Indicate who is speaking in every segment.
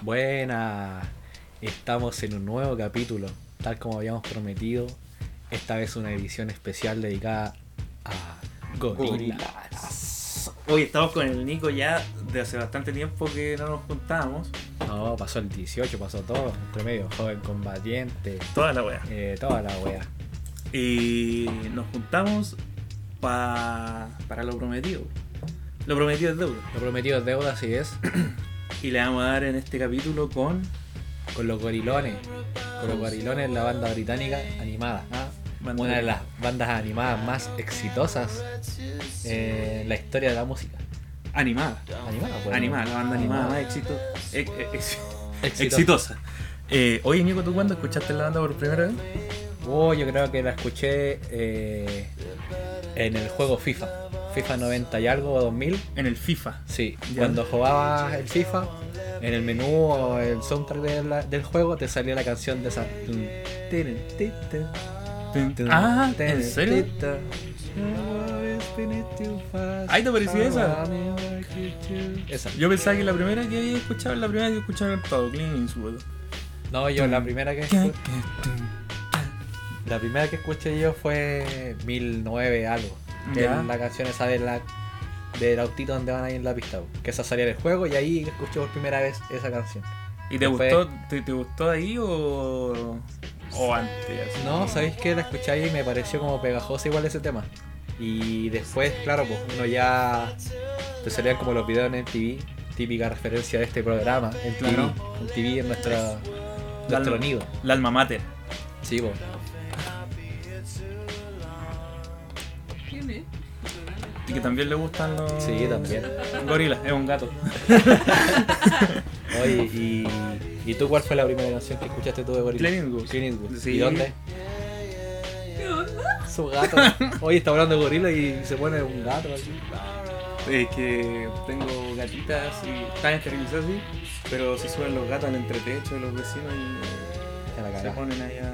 Speaker 1: Buenas, estamos en un nuevo capítulo, tal como habíamos prometido. Esta vez una edición especial dedicada a Gorilla.
Speaker 2: Gorilas. Hoy estamos con el Nico ya de hace bastante tiempo que no nos juntábamos.
Speaker 1: No, pasó el 18, pasó todo, entre medio, joven combatiente,
Speaker 2: Toda la wea.
Speaker 1: eh, toda la wea.
Speaker 2: Y nos juntamos pa- para lo prometido. Lo prometido es deuda.
Speaker 1: Lo prometido es deuda, así es,
Speaker 2: Y le vamos a dar en este capítulo con
Speaker 1: con los gorilones. Con los gorilones, la banda británica animada. ¿ah?
Speaker 2: Banda
Speaker 1: Una de las bandas animadas más exitosas eh, en la historia de la música.
Speaker 2: Animada.
Speaker 1: Animada, pues.
Speaker 2: Animada, la banda animada más éxito. ex- ex-
Speaker 1: Exitosa.
Speaker 2: exitosa. Eh, oye Nico, ¿tú cuándo escuchaste la banda por primera vez?
Speaker 1: Oh, yo creo que la escuché eh, en el juego FIFA. FIFA 90 y algo, 2000.
Speaker 2: En el FIFA.
Speaker 1: Sí,
Speaker 2: Ya.
Speaker 1: cuando jugabas el FIFA, en el menú o el soundtrack de la- del juego te salía la canción de esa. Tun, tirin, ti, tin, tun,
Speaker 2: Ah,
Speaker 1: tirin,
Speaker 2: ¿en serio?
Speaker 1: ti, ta.
Speaker 2: Ay, ¿te parecía esa?
Speaker 1: Esa.
Speaker 2: Yo pensaba que la primera que había escuchado es la primera que escuchaba el Pablo Clean y su
Speaker 1: No, yo la primera que escu- la primera que escuché yo fue 1009 algo. Que
Speaker 2: Ya.
Speaker 1: es la canción esa de la del autito donde van ahí en la pista, po. que esa salía del juego y ahí escuché por primera vez esa canción.
Speaker 2: ¿Y te
Speaker 1: Después-
Speaker 2: gustó, te, te gustó ahí o, o antes? así?
Speaker 1: No, sabéis que la escuché ahí y me pareció como pegajosa igual ese tema. Y después, claro, pues uno ya te salían como los videos en MTV, típica referencia de este programa, MTV.
Speaker 2: Claro.
Speaker 1: MTV es nuestra, nuestro
Speaker 2: Dale.
Speaker 1: nido.
Speaker 2: La alma mater.
Speaker 1: Sí, po.
Speaker 2: Y que también le gustan los.
Speaker 1: sí, también.
Speaker 2: Un gorila, es un gato.
Speaker 1: Oye, y, ¿y tú cuál fue la primera canción que escuchaste tú de Gorillaz?
Speaker 2: Clean and Good.
Speaker 1: Clean and Good.
Speaker 2: Sí.
Speaker 1: ¿Y dónde? Su gato. Oye, está hablando de gorila y se pone un gato así.
Speaker 2: Es que tengo gatitas y están esterilizadas así, pero se suben los gatos al entretecho de los vecinos y
Speaker 1: Ya la
Speaker 2: eh, se
Speaker 1: cagá.
Speaker 2: ponen allá.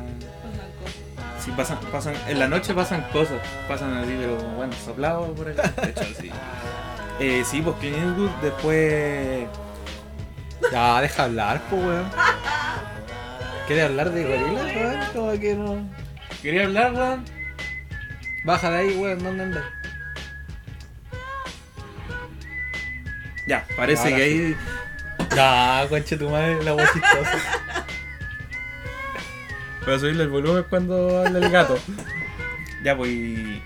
Speaker 2: Sí, pasan, pasan, en la noche pasan cosas, pasan así, pero bueno, soplados por el techo así. Eh, sí, pues Clean and Good después.
Speaker 1: Ya, deja hablar, po, weón. ¿Quieres hablar de gorila, weón? Como que no.
Speaker 2: Quería hablar, weón.
Speaker 1: Baja de ahí, weón, ¿dónde andas?
Speaker 2: Ya, parece
Speaker 1: Ahora
Speaker 2: que ahí.
Speaker 1: Ya, conche tu madre, la weón chistosa.
Speaker 2: Voy a subirle el volumen cuando habla el gato. ya, pues. y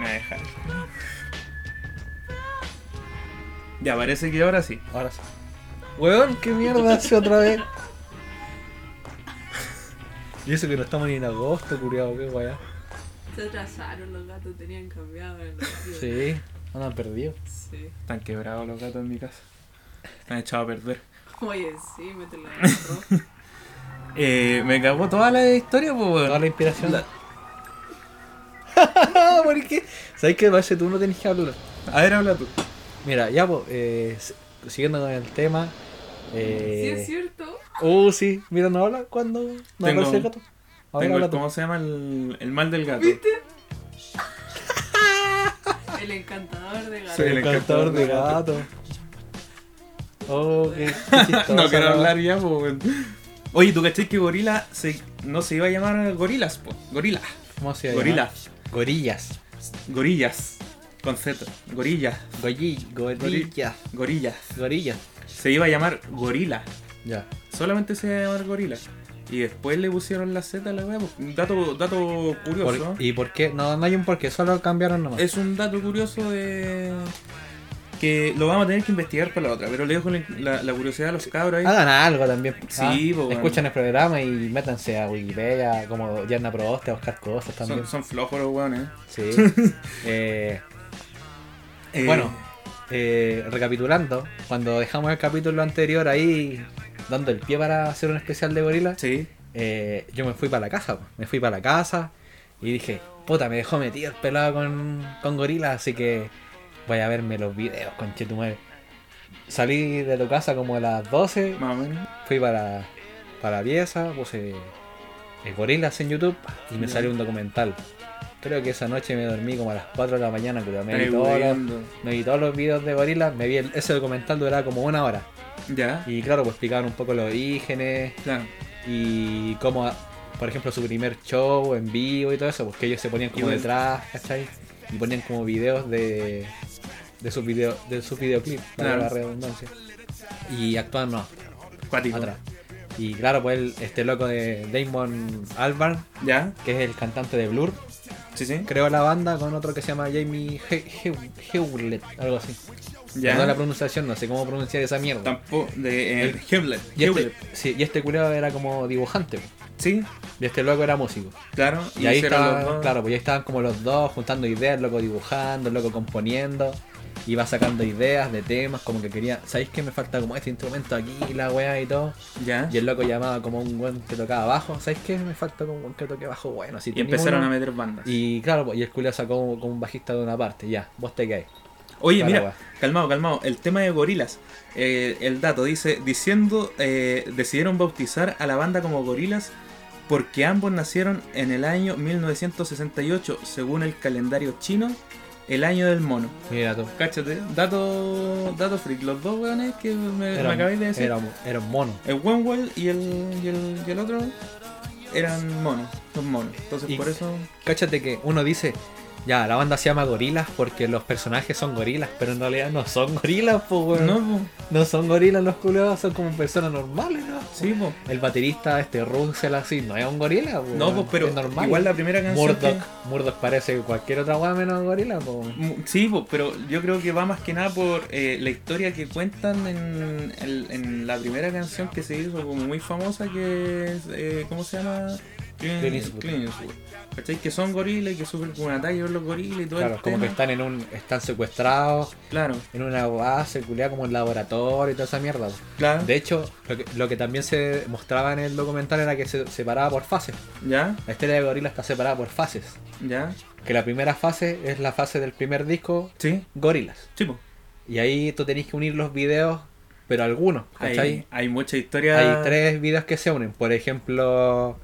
Speaker 2: Me va a dejar. Ya, parece que ahora sí.
Speaker 1: Ahora sí. Weón, qué mierda hace otra vez. Y eso que no estamos ni en agosto, curiado, qué weón.
Speaker 3: Se atrasaron los gatos, tenían cambiado el horario.
Speaker 1: Sí, no han perdido.
Speaker 3: Sí.
Speaker 2: Están quebrados los gatos en mi casa. Están echados a perder.
Speaker 3: Oye, sí, mételo en el arroz.
Speaker 2: Eh, me cagó toda la historia, pues, weón.
Speaker 1: Toda la inspiración. ¿Por qué? ¿Sabes qué? Parece tú no tenés que hablar.
Speaker 2: A ver, habla tú.
Speaker 1: Mira, ya, pues, eh, s- siguiendo con el tema.
Speaker 3: Sí,
Speaker 1: Eh,
Speaker 3: es cierto.
Speaker 1: Uh, sí, mira, no habla cuando no
Speaker 2: Tengo-
Speaker 1: aparece el gato. Ahora
Speaker 2: Tengo el-
Speaker 1: habla tú.
Speaker 2: ¿Cómo se llama el, el mal del gato?
Speaker 3: ¿Viste? El encantador de gatos.
Speaker 1: Soy el
Speaker 2: el
Speaker 1: encantador
Speaker 2: encantador
Speaker 1: de
Speaker 2: de gato.
Speaker 1: gato. Oh, qué chistoso,
Speaker 2: no quiero
Speaker 1: ¿no?
Speaker 2: hablar ya, pues, weón. Oye, ¿tú cachés que gorila se, no se iba a llamar gorilas, pues? Gorila.
Speaker 1: ¿Cómo se llama?
Speaker 2: Gorilas.
Speaker 1: Gorillas.
Speaker 2: Gorillas. Concepto. Gorillas.
Speaker 1: Golli- Gorillas.
Speaker 2: Gorillas.
Speaker 1: Gorillas.
Speaker 2: Se iba a llamar gorila.
Speaker 1: Ya.
Speaker 2: Solamente se iba a llamar gorila. Y después le pusieron la Z a la weá. pues, un Dato, dato curioso.
Speaker 1: Por- ¿Y por qué? No, no hay un por qué, solo cambiaron nomás.
Speaker 2: Es un dato curioso de. Que lo vamos a tener que investigar para la otra, pero le dejo la, la- la curiosidad a los cabros ahí.
Speaker 1: Hagan algo también. ¿ah?
Speaker 2: Sí, po, bueno.
Speaker 1: Escuchen el programa y métanse a Wikipedia, como Diana Prost, a buscar cosas también.
Speaker 2: Son, son flojos los weones.
Speaker 1: Sí. Eh,
Speaker 2: Eh,
Speaker 1: Bueno, eh, recapitulando, cuando dejamos el capítulo anterior ahí, dando el pie para hacer un especial de gorila,
Speaker 2: Sí.
Speaker 1: eh, yo me fui para la casa, po. me fui para la casa y dije, puta, me dejó metido el pelado con, con gorila, así que voy a verme los videos, con Chetumel. Salí de tu casa como a las 12,
Speaker 2: Más o menos.
Speaker 1: fui para, para la pieza, puse eh, gorilas en YouTube y me
Speaker 2: Ya.
Speaker 1: salió un documental Creo que esa noche me dormí como a las 4 de la mañana, pero me
Speaker 2: Ahí
Speaker 1: vi, todos los,
Speaker 2: hueveando.
Speaker 1: me vi todos los videos de gorilas, me vi el- ese documental duraba como una hora.
Speaker 2: Ya,
Speaker 1: Y claro, pues explicaban un poco los orígenes
Speaker 2: claro.
Speaker 1: y cómo, por ejemplo, su primer show en vivo y todo eso, porque ellos se ponían como
Speaker 2: Igual.
Speaker 1: detrás, ¿cachai? Y ponían como videos de, de sus video, de sus videoclips, para
Speaker 2: Claro.
Speaker 1: la redundancia. Y actuaban más
Speaker 2: Cuático.
Speaker 1: atrás. Y claro, pues el- este loco de Damon Albarn,
Speaker 2: Ya,
Speaker 1: que es el cantante de Blur,
Speaker 2: sí, sí.
Speaker 1: creó la banda con otro que se llama Jamie He- He- Hewlett, algo así.
Speaker 2: Ya.
Speaker 1: Perdón la pronunciación, no sé cómo pronunciar esa mierda.
Speaker 2: Tampoco. De eh,
Speaker 1: El-
Speaker 2: Hamlet.
Speaker 1: y este,
Speaker 2: Hamlet.
Speaker 1: sí, y este culiao era como dibujante, pues.
Speaker 2: Sí,
Speaker 1: y este loco era músico.
Speaker 2: claro.
Speaker 1: Y ahí
Speaker 2: hicieron los
Speaker 1: estaban,
Speaker 2: dos.
Speaker 1: claro, pues ahí estaban como los dos juntando ideas, el loco dibujando, el loco componiendo, iba sacando ideas de temas, como que quería, ¿sabéis que me falta como este instrumento aquí, la weá y todo?
Speaker 2: Ya.
Speaker 1: Y el loco llamaba como un buen que tocaba bajo, ¿sabéis qué? Me falta como un buen que toque bajo, bueno, así
Speaker 2: Y empezaron a meter bandas.
Speaker 1: Y claro, pues, y el culiao sacó como un bajista de una parte, ya, vos te caes.
Speaker 2: Oye,
Speaker 1: Para la
Speaker 2: mira,
Speaker 1: wea.
Speaker 2: calmado, calmado. El tema de gorilas. eh, el dato dice, diciendo, eh, decidieron bautizar a la banda como gorilas porque ambos nacieron en el año 1968, según el calendario chino, el año del mono.
Speaker 1: Mira tú.
Speaker 2: Cáchate, dato, dato freak. Los dos weones que me, me
Speaker 1: Era,
Speaker 2: acabáis de decir.
Speaker 1: era un- era un mono.
Speaker 2: El Wenwell y el, y, el, y el otro eran monos, los monos. Entonces
Speaker 1: Y-
Speaker 2: por eso...
Speaker 1: Cáchate que uno dice, ya, la banda se llama Gorilas porque los personajes son gorilas, pero en realidad no son gorilas, pues, weón.
Speaker 2: No,
Speaker 1: No.
Speaker 2: po,
Speaker 1: son gorilas los culeados, son como personas normales, ¿no?
Speaker 2: sí, po.
Speaker 1: El baterista, este Russell, así, no es un gorila, pues.
Speaker 2: No, pues, pero
Speaker 1: es normal.
Speaker 2: igual la primera canción... que-
Speaker 1: Murdoch, Murdoch parece cualquier otra weá menos gorila, pues.
Speaker 2: Mm, Sí, po, pero yo creo que va más que nada por eh, la historia que cuentan en, en- en la primera canción que se hizo como muy famosa, que es, eh, ¿cómo se llama? Clint,
Speaker 1: Clint Eastwood.
Speaker 2: Clint Eastwood. ¿Cachai? Que son gorilas y que sufren un ataque por los gorilas y todo
Speaker 1: Claro,
Speaker 2: el
Speaker 1: como
Speaker 2: tema.
Speaker 1: que están en un, están secuestrados,
Speaker 2: Claro,
Speaker 1: en una base, culeada como en laboratorio y toda esa mierda. po.
Speaker 2: claro.
Speaker 1: De hecho, lo que, lo que también se mostraba en el documental era que se separaba por fases.
Speaker 2: ¿Ya?
Speaker 1: La historia de Gorila está separada por fases.
Speaker 2: ¿Ya?
Speaker 1: Que la primera fase es la fase del primer disco,
Speaker 2: Sí,
Speaker 1: Gorilas.
Speaker 2: sí, po.
Speaker 1: Y ahí tú tenés que unir los videos, pero algunos,
Speaker 2: Hay,
Speaker 1: ¿cachai?
Speaker 2: hay mucha
Speaker 1: Hay,
Speaker 2: historia.
Speaker 1: tres videos que se unen. Por ejemplo,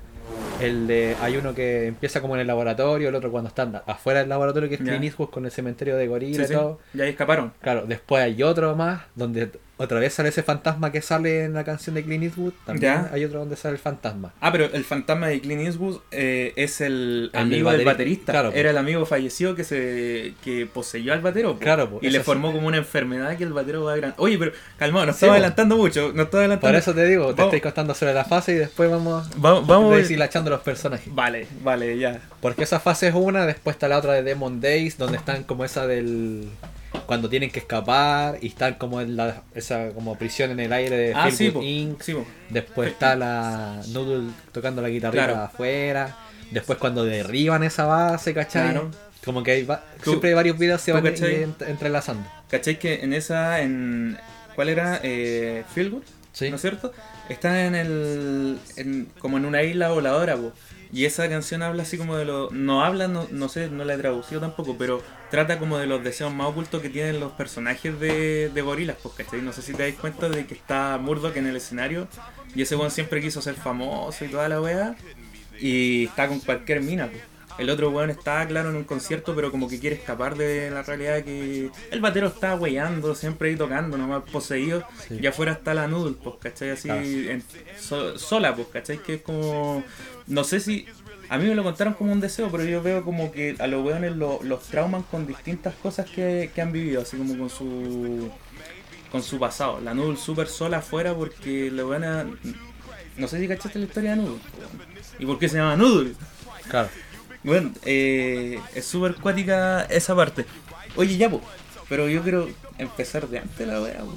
Speaker 1: el de. Hay uno que empieza como en el laboratorio, el otro cuando están afuera del laboratorio, que es
Speaker 2: Ya.
Speaker 1: Clint Eastwood con el cementerio de
Speaker 2: Sí,
Speaker 1: Gorila y
Speaker 2: sí,
Speaker 1: todo.
Speaker 2: Ya escaparon.
Speaker 1: Claro, después hay otro más, donde otra vez sale ese fantasma que sale en la canción de Clint Eastwood. También
Speaker 2: Ya.
Speaker 1: hay otro donde sale el fantasma.
Speaker 2: Ah, pero el fantasma de Clint Eastwood eh, es el
Speaker 1: El
Speaker 2: amigo
Speaker 1: del
Speaker 2: del
Speaker 1: bateri-
Speaker 2: baterista.
Speaker 1: claro, po.
Speaker 2: Era el amigo fallecido que se que poseyó al batero. po.
Speaker 1: Claro, po,
Speaker 2: Y le
Speaker 1: eso
Speaker 2: formó como una enfermedad que el batero va a gran... Oye, pero calmado, nos
Speaker 1: Sí,
Speaker 2: estamos
Speaker 1: po.
Speaker 2: adelantando mucho. Nos estamos adelantando.
Speaker 1: Por eso te digo, te
Speaker 2: Vamos.
Speaker 1: estoy contando sobre la fase y después vamos,
Speaker 2: Va- vamos.
Speaker 1: deshilachando los personajes.
Speaker 2: Vale, vale, ya.
Speaker 1: Porque esa fase es una, después está la otra de Demon Days, donde están como esa del. cuando tienen que escapar y están como en la, esa como prisión en el aire de
Speaker 2: Ah, sí,
Speaker 1: Fleetwood
Speaker 2: po.
Speaker 1: Eh, Inc.
Speaker 2: Sí, po.
Speaker 1: Después está la Noodle tocando la guitarra
Speaker 2: Claro.
Speaker 1: afuera. Después cuando derriban esa base, ¿cachai?
Speaker 2: Claro.
Speaker 1: Como que hay va-
Speaker 2: Tú-
Speaker 1: siempre hay varios videos se
Speaker 2: tú,
Speaker 1: van en-
Speaker 2: ¿cachai?
Speaker 1: ent- entrelazando.
Speaker 2: ¿Cachai que en esa. En... ¿Cuál era? Eh, Feelgood.
Speaker 1: Sí.
Speaker 2: ¿no es cierto? Está en el. en- como en una isla voladora, po. Y esa canción habla así como de los. No habla, no, no sé, no la he traducido tampoco, pero trata como de los deseos más ocultos que tienen los personajes de, de gorilas, pues, ¿cachai? No sé si te dais cuenta de que está Murdoch en el escenario y ese weón siempre quiso ser famoso y toda la wea y está con cualquier mina, po. El otro weón está, claro, en un concierto, pero como que quiere escapar de la realidad que... El batero está weyando, siempre ahí tocando, nomás poseído.
Speaker 1: Sí.
Speaker 2: Y afuera está la Noodle, pues, ¿cachai? Así,
Speaker 1: Claro.
Speaker 2: en- so- sola, pues, ¿cachai? Que es como... No sé si... A mí me lo contaron como un deseo, pero yo veo como que a los weones lo- los trauman con distintas cosas que, que han vivido, así como con su... Con su pasado. La Noodle súper sola afuera porque la weona... No sé si cachaste la historia de Noodle. ¿Y por qué se llama Noodle?
Speaker 1: Claro.
Speaker 2: Bueno, eh, es súper cuática esa parte. Oye, ya, po, pero yo quiero empezar de antes la wea, po,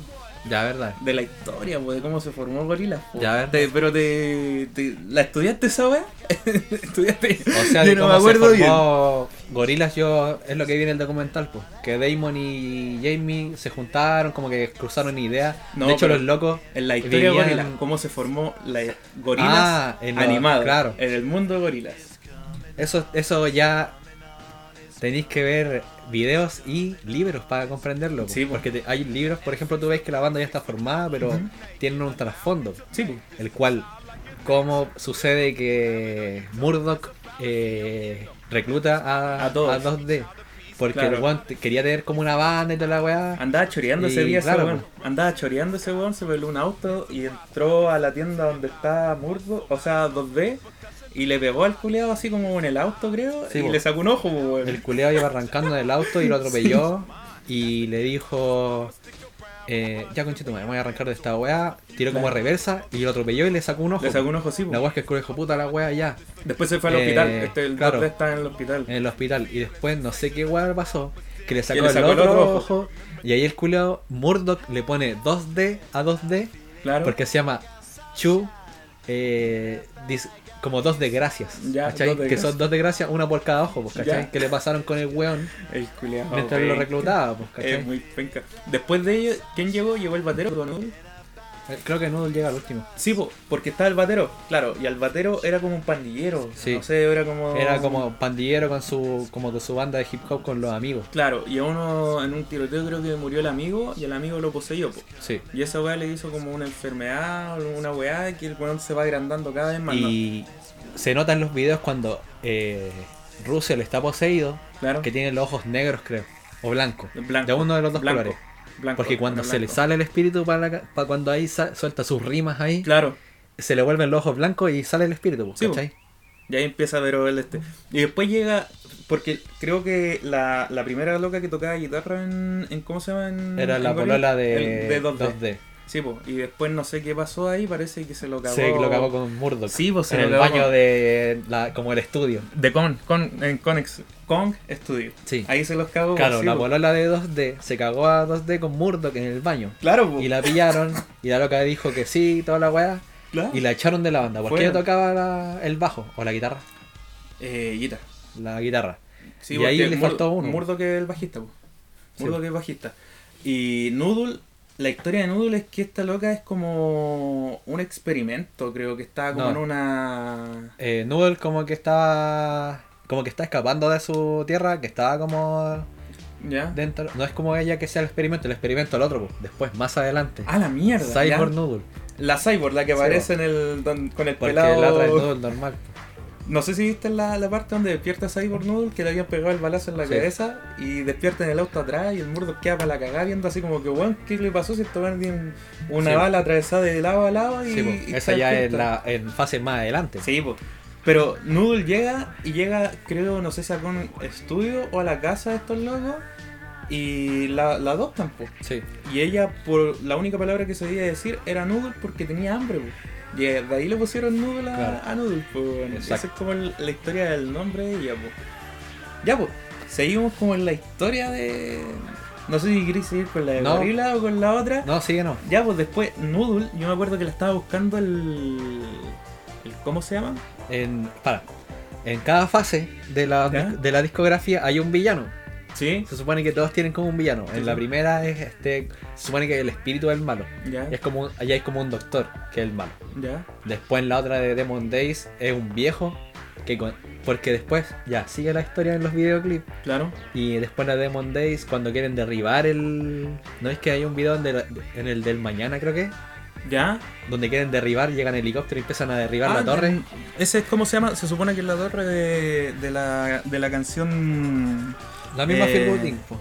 Speaker 1: Ya, verdad.
Speaker 2: de la historia, po, de cómo se formó Gorila. po.
Speaker 1: Ya, a ver.
Speaker 2: Te- pero te, te- ¿La estudiaste esa wea? estudiaste.
Speaker 1: O sea,
Speaker 2: yo
Speaker 1: de cómo se formó Gorilas, yo es lo que vi en el documental, pues, que Damon y Jamie se juntaron, como que cruzaron ideas.
Speaker 2: No,
Speaker 1: de hecho,
Speaker 2: pero
Speaker 1: los locos
Speaker 2: bien. En la historia
Speaker 1: vivían-
Speaker 2: de Gorila, cómo se formó la Gorilas
Speaker 1: Ah, en la-
Speaker 2: animado.
Speaker 1: claro.
Speaker 2: En el mundo de Gorilas.
Speaker 1: Eso, eso ya tenéis que ver videos y libros para comprenderlo. po.
Speaker 2: Sí, po.
Speaker 1: porque te- hay libros, por ejemplo, tú ves que la banda ya está formada, pero
Speaker 2: Ujú.
Speaker 1: tienen un trasfondo,
Speaker 2: Sí, po.
Speaker 1: el cual, cómo sucede que Murdoch eh, recluta a,
Speaker 2: A todos.
Speaker 1: 2D. Porque
Speaker 2: Claro.
Speaker 1: el weón te- quería tener como una banda y toda la weá.
Speaker 2: Andaba choreando ese
Speaker 1: Y
Speaker 2: día
Speaker 1: claro,
Speaker 2: ese weón. Andaba choreando ese weón, se peló un auto y entró a la tienda donde está Murdo, o sea, 2D, y le pegó al culeado así como en el auto, creo,
Speaker 1: Sí,
Speaker 2: y
Speaker 1: po.
Speaker 2: le sacó un ojo, po, weón.
Speaker 1: El culeo iba arrancando del auto y lo atropelló y le dijo eh, ya conchito, me voy a arrancar de esta weá, tiró como a reversa y lo atropelló y le sacó un ojo.
Speaker 2: Le sacó un ojo, sí, po.
Speaker 1: La weá es que el culo dijo puta la weá ya,
Speaker 2: Después se fue al
Speaker 1: Eh,
Speaker 2: hospital. Este, el
Speaker 1: claro. Eh,
Speaker 2: 2D está en el hospital.
Speaker 1: en el hospital. Y después no sé qué weá pasó, que le sacó,
Speaker 2: le sacó
Speaker 1: el otro ojo. Y ahí el culeo Murdoch le pone 2D a 2D
Speaker 2: claro.
Speaker 1: porque se llama Chu eh, dis- como dos desgracias,
Speaker 2: Ya,
Speaker 1: ¿cachai?
Speaker 2: dos de
Speaker 1: que son dos desgracias, una por cada ojo, pues, ¿cachai?
Speaker 2: Ya.
Speaker 1: Que le pasaron con el weón
Speaker 2: el culeado.
Speaker 1: mientras lo reclutaba, pues, ¿cachai?
Speaker 2: Es muy penca. Después de ello, ¿quién llegó? Llegó el batero. ¿no?
Speaker 1: Eh, Creo que Noodle llega al último.
Speaker 2: Sí, po, porque estaba el batero, claro. Y el batero era como un pandillero.
Speaker 1: Sí.
Speaker 2: No sé, era como.
Speaker 1: Era como pandillero con su como con su banda de hip hop con los amigos.
Speaker 2: Claro, y a uno en un tiroteo creo que murió el amigo y el amigo lo poseyó. po.
Speaker 1: Sí.
Speaker 2: Y esa weá le hizo como una enfermedad, una weá que el weón se va agrandando cada vez más.
Speaker 1: Y se nota en los videos cuando eh, Russell está poseído,
Speaker 2: ¿no? Claro.
Speaker 1: que tiene los ojos negros, creo, o blancos.
Speaker 2: Blanco,
Speaker 1: De uno de los dos
Speaker 2: blanco,
Speaker 1: colores.
Speaker 2: blanco,
Speaker 1: Porque cuando
Speaker 2: era
Speaker 1: se le
Speaker 2: blanco.
Speaker 1: sale el espíritu para, la ca- para cuando ahí sa- suelta sus rimas ahí,
Speaker 2: Claro.
Speaker 1: se le vuelven los ojos blancos y sale el espíritu, pues,
Speaker 2: Sí, pues.
Speaker 1: ¿cachai?
Speaker 2: Y ahí empieza a ver el este. Y después llega, porque creo que la, la primera loca que tocaba guitarra en, en- ¿cómo se llama? En-
Speaker 1: Era
Speaker 2: en
Speaker 1: la
Speaker 2: Gorillaz?
Speaker 1: polola
Speaker 2: Mm, El
Speaker 1: de,
Speaker 2: de 2D.
Speaker 1: 2D.
Speaker 2: Sí, po. y después no sé qué pasó ahí, parece que se lo cagó.
Speaker 1: Se lo cagó con Murdoch.
Speaker 2: Sí, pues,
Speaker 1: en
Speaker 2: se lo
Speaker 1: el
Speaker 2: cagó
Speaker 1: baño
Speaker 2: con-
Speaker 1: de la, como el estudio.
Speaker 2: De Con, con en Conex, Kong Studio.
Speaker 1: Sí.
Speaker 2: Ahí se los cagó.
Speaker 1: Claro,
Speaker 2: sí,
Speaker 1: la
Speaker 2: po.
Speaker 1: polola de 2D se cagó a 2D con Murdoch en el baño.
Speaker 2: Claro, po.
Speaker 1: Y la pillaron, y la loca dijo que sí, toda la weá.
Speaker 2: Claro.
Speaker 1: Y la echaron de la banda, porque
Speaker 2: Fuera.
Speaker 1: ella tocaba la- el bajo, o la guitarra.
Speaker 2: Eh, guitarra.
Speaker 1: La guitarra.
Speaker 2: Sí,
Speaker 1: Y
Speaker 2: porque
Speaker 1: ahí le
Speaker 2: Mur-
Speaker 1: faltó uno.
Speaker 2: Murdo que es el bajista, po.
Speaker 1: Sí.
Speaker 2: Murdo que es bajista. Y Noodle, la historia de Noodle es que esta loca es como un experimento, creo que estaba como
Speaker 1: No.
Speaker 2: en una.
Speaker 1: Eh, Noodle como que estaba. como que está escapando de su tierra, que estaba como
Speaker 2: ¿Ya?
Speaker 1: dentro. No es como ella que sea el experimento, el experimento al otro, pues, después, más adelante.
Speaker 2: Ah, la mierda. ya.
Speaker 1: Cyborg Noodle.
Speaker 2: La cyborg, la que
Speaker 1: Sí,
Speaker 2: aparece en el don- con el
Speaker 1: Porque
Speaker 2: pelado.
Speaker 1: la otra es Noodle normal.
Speaker 2: No sé si viste la, la parte donde despierta Cyborg Noodle, que le habían pegado el balazo en la
Speaker 1: Sí.
Speaker 2: cabeza y despierta en el auto atrás y el Murdoch queda para la cagada viendo así como que, weón, ¿qué le pasó si esto tiene una
Speaker 1: Sí, po.
Speaker 2: bala atravesada de lado a lado? Y,
Speaker 1: Sí, pues,
Speaker 2: y
Speaker 1: esa
Speaker 2: está
Speaker 1: ya es
Speaker 2: despierta?
Speaker 1: la en fase más adelante.
Speaker 2: Sí, po. Pero Noodle llega y llega, creo, no sé si a algún estudio o a la casa de estos locos y la, la adoptan, po.
Speaker 1: Sí.
Speaker 2: Y ella, por la única palabra que sabía decir era noodle porque tenía hambre, po. Y eh, de ahí le pusieron noodle a,
Speaker 1: Claro.
Speaker 2: a noodle, po, weón. Esa es
Speaker 1: Exacto.
Speaker 2: como el- la historia del nombre de ella, po. Ya, pues, seguimos como en la historia de... No sé si queréis seguir con la de
Speaker 1: No.
Speaker 2: Gorila o con la otra.
Speaker 1: No, sigue no.
Speaker 2: Ya, pues después, Noodle, yo me acuerdo que la estaba buscando el... el- ¿Cómo se llama?
Speaker 1: En, para, en cada fase de la,
Speaker 2: ¿Ya?
Speaker 1: de la discografía hay un villano.
Speaker 2: Sí.
Speaker 1: Se supone que todos tienen como un villano. En la
Speaker 2: sí.
Speaker 1: primera es este. Se supone que el espíritu del malo.
Speaker 2: Ya,
Speaker 1: Y es como, un- allá hay como un doctor, que es el malo.
Speaker 2: ya.
Speaker 1: Después en la otra de Demon Days es un viejo. Que con- porque después ya sigue la historia en los videoclips.
Speaker 2: Claro.
Speaker 1: Y después la Demon Days, cuando quieren derribar el. No es que hay un video donde la- en el del mañana, creo que. es,
Speaker 2: Ya.
Speaker 1: Donde quieren derribar, llegan helicóptero y empiezan a derribar
Speaker 2: Ah,
Speaker 1: la torre.
Speaker 2: en- Ese es como se llama, se supone que es la torre de, de la, de la canción
Speaker 1: La misma
Speaker 2: eh,
Speaker 1: Feel Good Inc, po.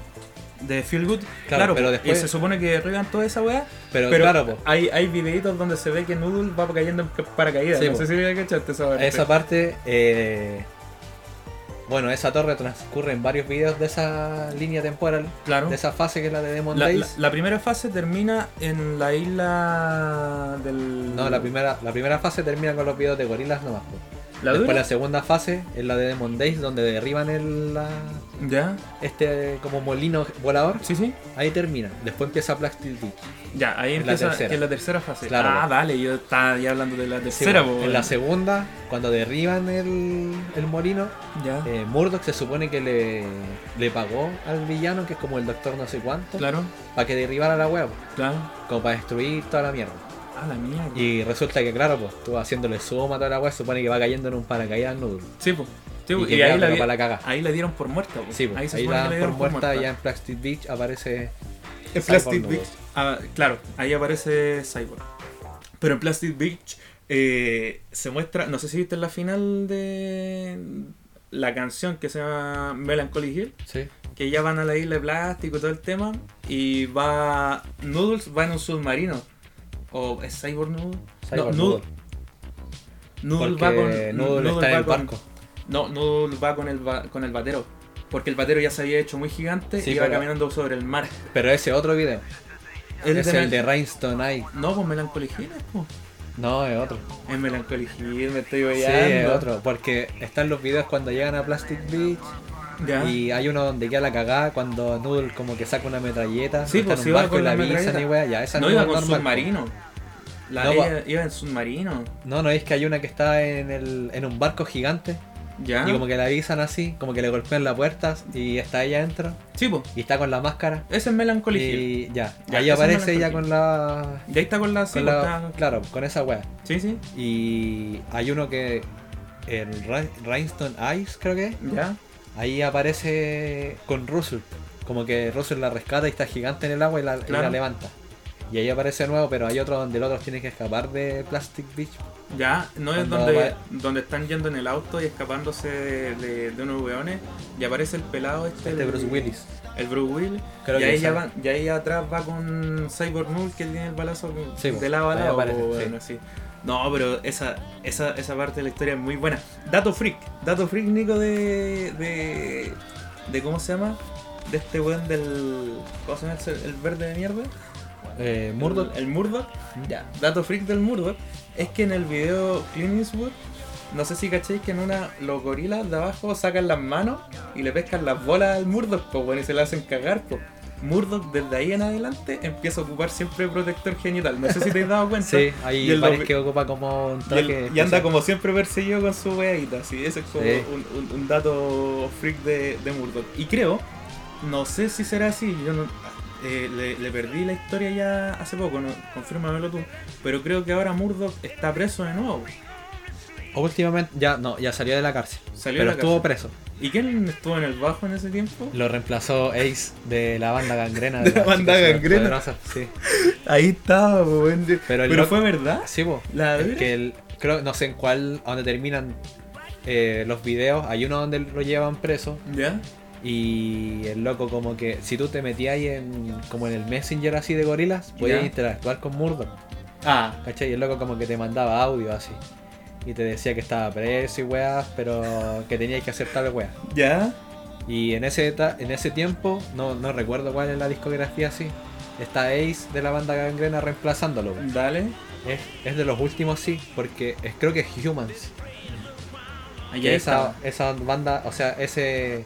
Speaker 2: de Feel Good. Claro,
Speaker 1: pero
Speaker 2: pero
Speaker 1: después-
Speaker 2: después. Y se supone que derriban toda esa weá.
Speaker 1: Pero,
Speaker 2: Pero,
Speaker 1: claro, po.
Speaker 2: hay, hay videitos donde se ve que Noodle va cayendo en paracaídas.
Speaker 1: Sí,
Speaker 2: no
Speaker 1: po.
Speaker 2: sé si le cachaste esa weá.
Speaker 1: Esa parte, eh, bueno, esa torre transcurre en varios videos de esa línea temporal,
Speaker 2: Claro.
Speaker 1: de esa fase que es la de Demon
Speaker 2: La, la-
Speaker 1: Days.
Speaker 2: la primera fase termina en la isla del.
Speaker 1: no, la primera, la primera fase termina con los videos de gorilas nomás. po.
Speaker 2: ¿La
Speaker 1: Después
Speaker 2: dura?
Speaker 1: la segunda fase es la de Demon Days, donde derriban el, la-
Speaker 2: Ya.
Speaker 1: este como molino volador.
Speaker 2: Sí, sí.
Speaker 1: Ahí termina. Después empieza Plastic Beach.
Speaker 2: Ya, ahí
Speaker 1: En la
Speaker 2: empieza que
Speaker 1: tercera.
Speaker 2: es la tercera fase.
Speaker 1: Claro,
Speaker 2: ah,
Speaker 1: po.
Speaker 2: vale, yo estaba ya hablando de la
Speaker 1: Sí,
Speaker 2: tercera,
Speaker 1: po.
Speaker 2: po, eh.
Speaker 1: en la
Speaker 2: weón.
Speaker 1: segunda, cuando derriban el, el molino,
Speaker 2: Ya.
Speaker 1: eh, Murdoch se supone que le, le pagó al villano, que es como el doctor no sé cuánto,
Speaker 2: Claro,
Speaker 1: para que derribara la web.
Speaker 2: claro.
Speaker 1: como para destruir toda la mierda.
Speaker 2: Ah, la mierda.
Speaker 1: Y resulta que, claro, pues tú haciéndole suma a toda la weá, supone que va cayendo en un paracaídas nudo.
Speaker 2: Sí, pues. Sí, po.
Speaker 1: Y
Speaker 2: y,
Speaker 1: que queda
Speaker 2: ahí, la
Speaker 1: como
Speaker 2: di-
Speaker 1: para la caga.
Speaker 2: ahí la dieron por muerta. po.
Speaker 1: Sí, pues, ahí,
Speaker 2: se
Speaker 1: la
Speaker 2: supone que
Speaker 1: dan por muerta, ya
Speaker 2: En
Speaker 1: en Plastic Beach aparece. Cyborg
Speaker 2: Plastic
Speaker 1: Noodle.
Speaker 2: Beach. ah, claro, ahí aparece Cyborg. Pero en Plastic Beach eh, se muestra. No sé si viste en la final de. la canción que se llama Melancholy Hill,
Speaker 1: Sí.
Speaker 2: que ya van a la isla de plástico y todo el tema, y va Noodles va en un submarino. ¿O es Cyborg Noodle?
Speaker 1: Cyborg
Speaker 2: no,
Speaker 1: Noodle.
Speaker 2: Noodle
Speaker 1: Porque
Speaker 2: va con.
Speaker 1: Noodle está en
Speaker 2: va
Speaker 1: el
Speaker 2: con-
Speaker 1: barco.
Speaker 2: no, Noodle va con el, ba- con el batero. Porque el batero ya se había hecho muy gigante
Speaker 1: Sí,
Speaker 2: y iba
Speaker 1: pero-
Speaker 2: caminando sobre el mar.
Speaker 1: Pero ese otro video.
Speaker 2: El
Speaker 1: es
Speaker 2: de
Speaker 1: el
Speaker 2: Mel-
Speaker 1: de Rhinestone Eye.
Speaker 2: No, pues Melancholy Hill es, po.
Speaker 1: No, es otro.
Speaker 2: Es Melancholy Hill, me estoy
Speaker 1: Sí,
Speaker 2: oyendo.
Speaker 1: es otro. Porque están los videos cuando llegan a Plastic Beach.
Speaker 2: Ya.
Speaker 1: Y hay uno donde queda la cagada cuando Noodle como que saca una metralleta.
Speaker 2: Sí,
Speaker 1: está
Speaker 2: pues
Speaker 1: en un
Speaker 2: iba
Speaker 1: barco
Speaker 2: con
Speaker 1: y la
Speaker 2: la
Speaker 1: habilitan
Speaker 2: metralleta.
Speaker 1: y wea. Ya, esa
Speaker 2: no
Speaker 1: es
Speaker 2: iba con
Speaker 1: normal, pues. po.
Speaker 2: submarino. La
Speaker 1: No,
Speaker 2: iba, iba en submarino.
Speaker 1: No, no, es que hay una que está en, el, en un barco gigante.
Speaker 2: Ya.
Speaker 1: Y como que la avisan así, como que le golpean las puertas y está ella adentro.
Speaker 2: Sí, po.
Speaker 1: Y está con la máscara.
Speaker 2: Ese es Melancholy Hill.
Speaker 1: Y ya,
Speaker 2: Ya,
Speaker 1: ahí
Speaker 2: esa
Speaker 1: aparece
Speaker 2: no la
Speaker 1: ella con la...
Speaker 2: Y ahí está con la. sí,
Speaker 1: con
Speaker 2: po,
Speaker 1: la-
Speaker 2: está-
Speaker 1: Claro, con esa wea.
Speaker 2: Sí, sí.
Speaker 1: Y hay uno que... El Ra- Rhinestone Ice creo que es.
Speaker 2: Ya.
Speaker 1: Ahí aparece con Russell. Como que Russell la rescata y está gigante en el agua y la, y la
Speaker 2: Claro.
Speaker 1: levanta. Y ahí aparece de nuevo, pero hay otro donde el otro tiene que escapar de Plastic Beach. este
Speaker 2: Ya, no es
Speaker 1: Cuando
Speaker 2: donde,
Speaker 1: va-
Speaker 2: donde están yendo en el auto y escapándose de, de- de unos weones y aparece el pelado este.
Speaker 1: Este
Speaker 2: el-
Speaker 1: Bruce Willis.
Speaker 2: El Bruce Willis.
Speaker 1: Creo
Speaker 2: y,
Speaker 1: que
Speaker 2: ahí
Speaker 1: sí.
Speaker 2: ya van- y ahí atrás va con Cyborg Moon que tiene el balazo con-
Speaker 1: Sí, po,
Speaker 2: de lado a
Speaker 1: ahí
Speaker 2: lado.
Speaker 1: aparece,
Speaker 2: po, weón, así. No, pero esa, esa, esa parte de la historia es muy buena. Dato freak. Dato freak, Nico, de. de, de ¿Cómo se llama? De este weón del. ¿Cómo se llama? ese- El verde de mierda.
Speaker 1: Eh, Murdoch.
Speaker 2: El, el Murdoch. Ya, dato freak del Murdoch es que en el video Clint Eastwood, no sé si cachéis que en una, los gorilas de abajo sacan las manos y le pescan las bolas al Murdoch, pues bueno, y se la hacen cagar, pues. Murdoch desde ahí en adelante empieza a ocupar siempre protector genital, no sé si te has dado cuenta.
Speaker 1: Sí,
Speaker 2: Y
Speaker 1: hay
Speaker 2: el
Speaker 1: varios
Speaker 2: domi-
Speaker 1: que ocupa como un
Speaker 2: Y,
Speaker 1: traje.
Speaker 2: él- y anda
Speaker 1: especial.
Speaker 2: como siempre perseguido con su weadita, así. Ese es como
Speaker 1: Sí.
Speaker 2: un, un- un dato freak de, de Murdoch. Y creo, no sé si será así, yo no- eh, le, le perdí la historia ya hace poco, no, confírmamelo tú. Pero creo que ahora Murdoch está preso de nuevo.
Speaker 1: Últimamente, ya no, ya salió de la cárcel.
Speaker 2: Salió de
Speaker 1: pero
Speaker 2: la
Speaker 1: estuvo preso.
Speaker 2: ¿Y quién estuvo en el bajo en ese tiempo?
Speaker 1: Lo reemplazó Ace de la banda gangrena.
Speaker 2: De la
Speaker 1: las
Speaker 2: banda
Speaker 1: chicas
Speaker 2: Gangrena.
Speaker 1: superpoderosas, Sí,
Speaker 2: Ahí estaba, weón.
Speaker 1: Pero
Speaker 2: Pero,
Speaker 1: el loco-
Speaker 2: fue verdad.
Speaker 1: sí po.
Speaker 2: La
Speaker 1: Es
Speaker 2: dura.
Speaker 1: que el- creo, no sé en cuál, a donde terminan eh, los videos, hay uno donde lo llevan preso
Speaker 2: ¿Ya?
Speaker 1: y el loco como que si tú te metías ahí en, como en el messenger así de gorilas, podías
Speaker 2: Ya.
Speaker 1: interactuar con Murdoch.
Speaker 2: Ah,
Speaker 1: ¿Cachai? Y el loco como que te mandaba audio así. Y te decía que estaba preso y weas, pero que tenías que hacer tal wea.
Speaker 2: ¿ya?
Speaker 1: Y en ese, ta- en ese tiempo, no, no recuerdo cuál es la discografía así, está Ace de la banda Gangrena reemplazándolo. weón.
Speaker 2: Dale.
Speaker 1: Es, es de los últimos sí, porque es- creo que es Humans.
Speaker 2: Allá
Speaker 1: Que esa,
Speaker 2: estaba.
Speaker 1: esa banda, o sea, ese...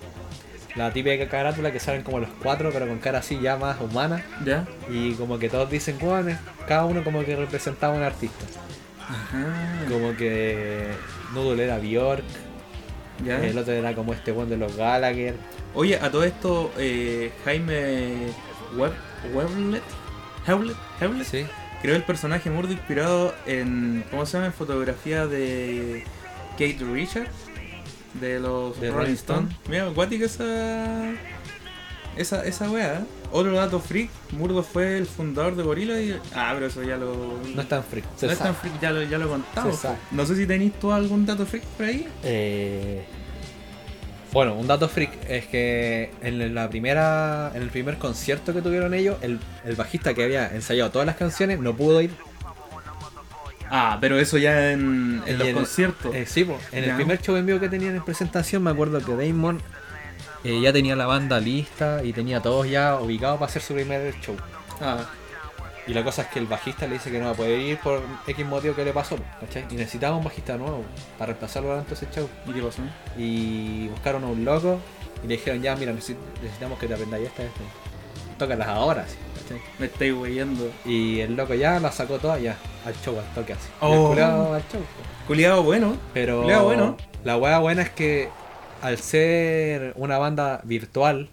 Speaker 1: La típica carátula que salen como los cuatro, pero con cara así ya más humana.
Speaker 2: ¿Ya?
Speaker 1: Y como que todos dicen, "Weón, es- cada uno como que representaba a un artista.
Speaker 2: Ajá.
Speaker 1: Como que Noodle era Bjork,
Speaker 2: ¿Ya?
Speaker 1: el otro era como este one de los Gallagher.
Speaker 2: Oye, a todo esto, eh, Jaime Web, Weblet, Hewlett, Hewlett,
Speaker 1: Sí.
Speaker 2: creó el personaje Murdo inspirado en, ¿cómo se llama? En fotografía de Kate Richard, de los
Speaker 1: De Rolling
Speaker 2: Rolling Stones. Mira, acuática esa, esa, esa wea. ¿eh? Otro dato freak, Murdo fue el fundador de Gorilla y... Ah, pero eso ya lo...
Speaker 1: No es tan free.
Speaker 2: no es tan freak, ya lo, ya lo contamos.
Speaker 1: Se sabe.
Speaker 2: No sé si tenéis tú algún dato freak por ahí.
Speaker 1: Eh, bueno, un dato freak es que en la primera, en el primer concierto que tuvieron ellos, el, el bajista que había ensayado todas las canciones no pudo ir.
Speaker 2: Ah, pero eso ya en,
Speaker 1: Y
Speaker 2: en los
Speaker 1: en-
Speaker 2: conciertos.
Speaker 1: Eh, sí, po, en el
Speaker 2: Ya.
Speaker 1: primer show en vivo que tenían en presentación, me acuerdo que Damon eh, ya tenía la banda lista y tenía a todos ya ubicados para hacer su primer show.
Speaker 2: Ah.
Speaker 1: Y la cosa es que el bajista le dice que no va a poder ir por X motivo que le pasó, po, ¿cachai? Y necesitaba un bajista nuevo para reemplazarlo durante ese show.
Speaker 2: ¿Y qué pasó?
Speaker 1: y buscaron a un loco y le dijeron ya mira necesi- necesitamos que te aprendáis esta esta tócalas ahora así, ¿cachai?
Speaker 2: Me estáis weyendo.
Speaker 1: y el loco ya la sacó toda ya al show al toque así Y el
Speaker 2: Oh.
Speaker 1: culiao al show po.
Speaker 2: Culiado bueno.
Speaker 1: pero
Speaker 2: Culiao bueno.
Speaker 1: la hueá buena es que al ser una banda virtual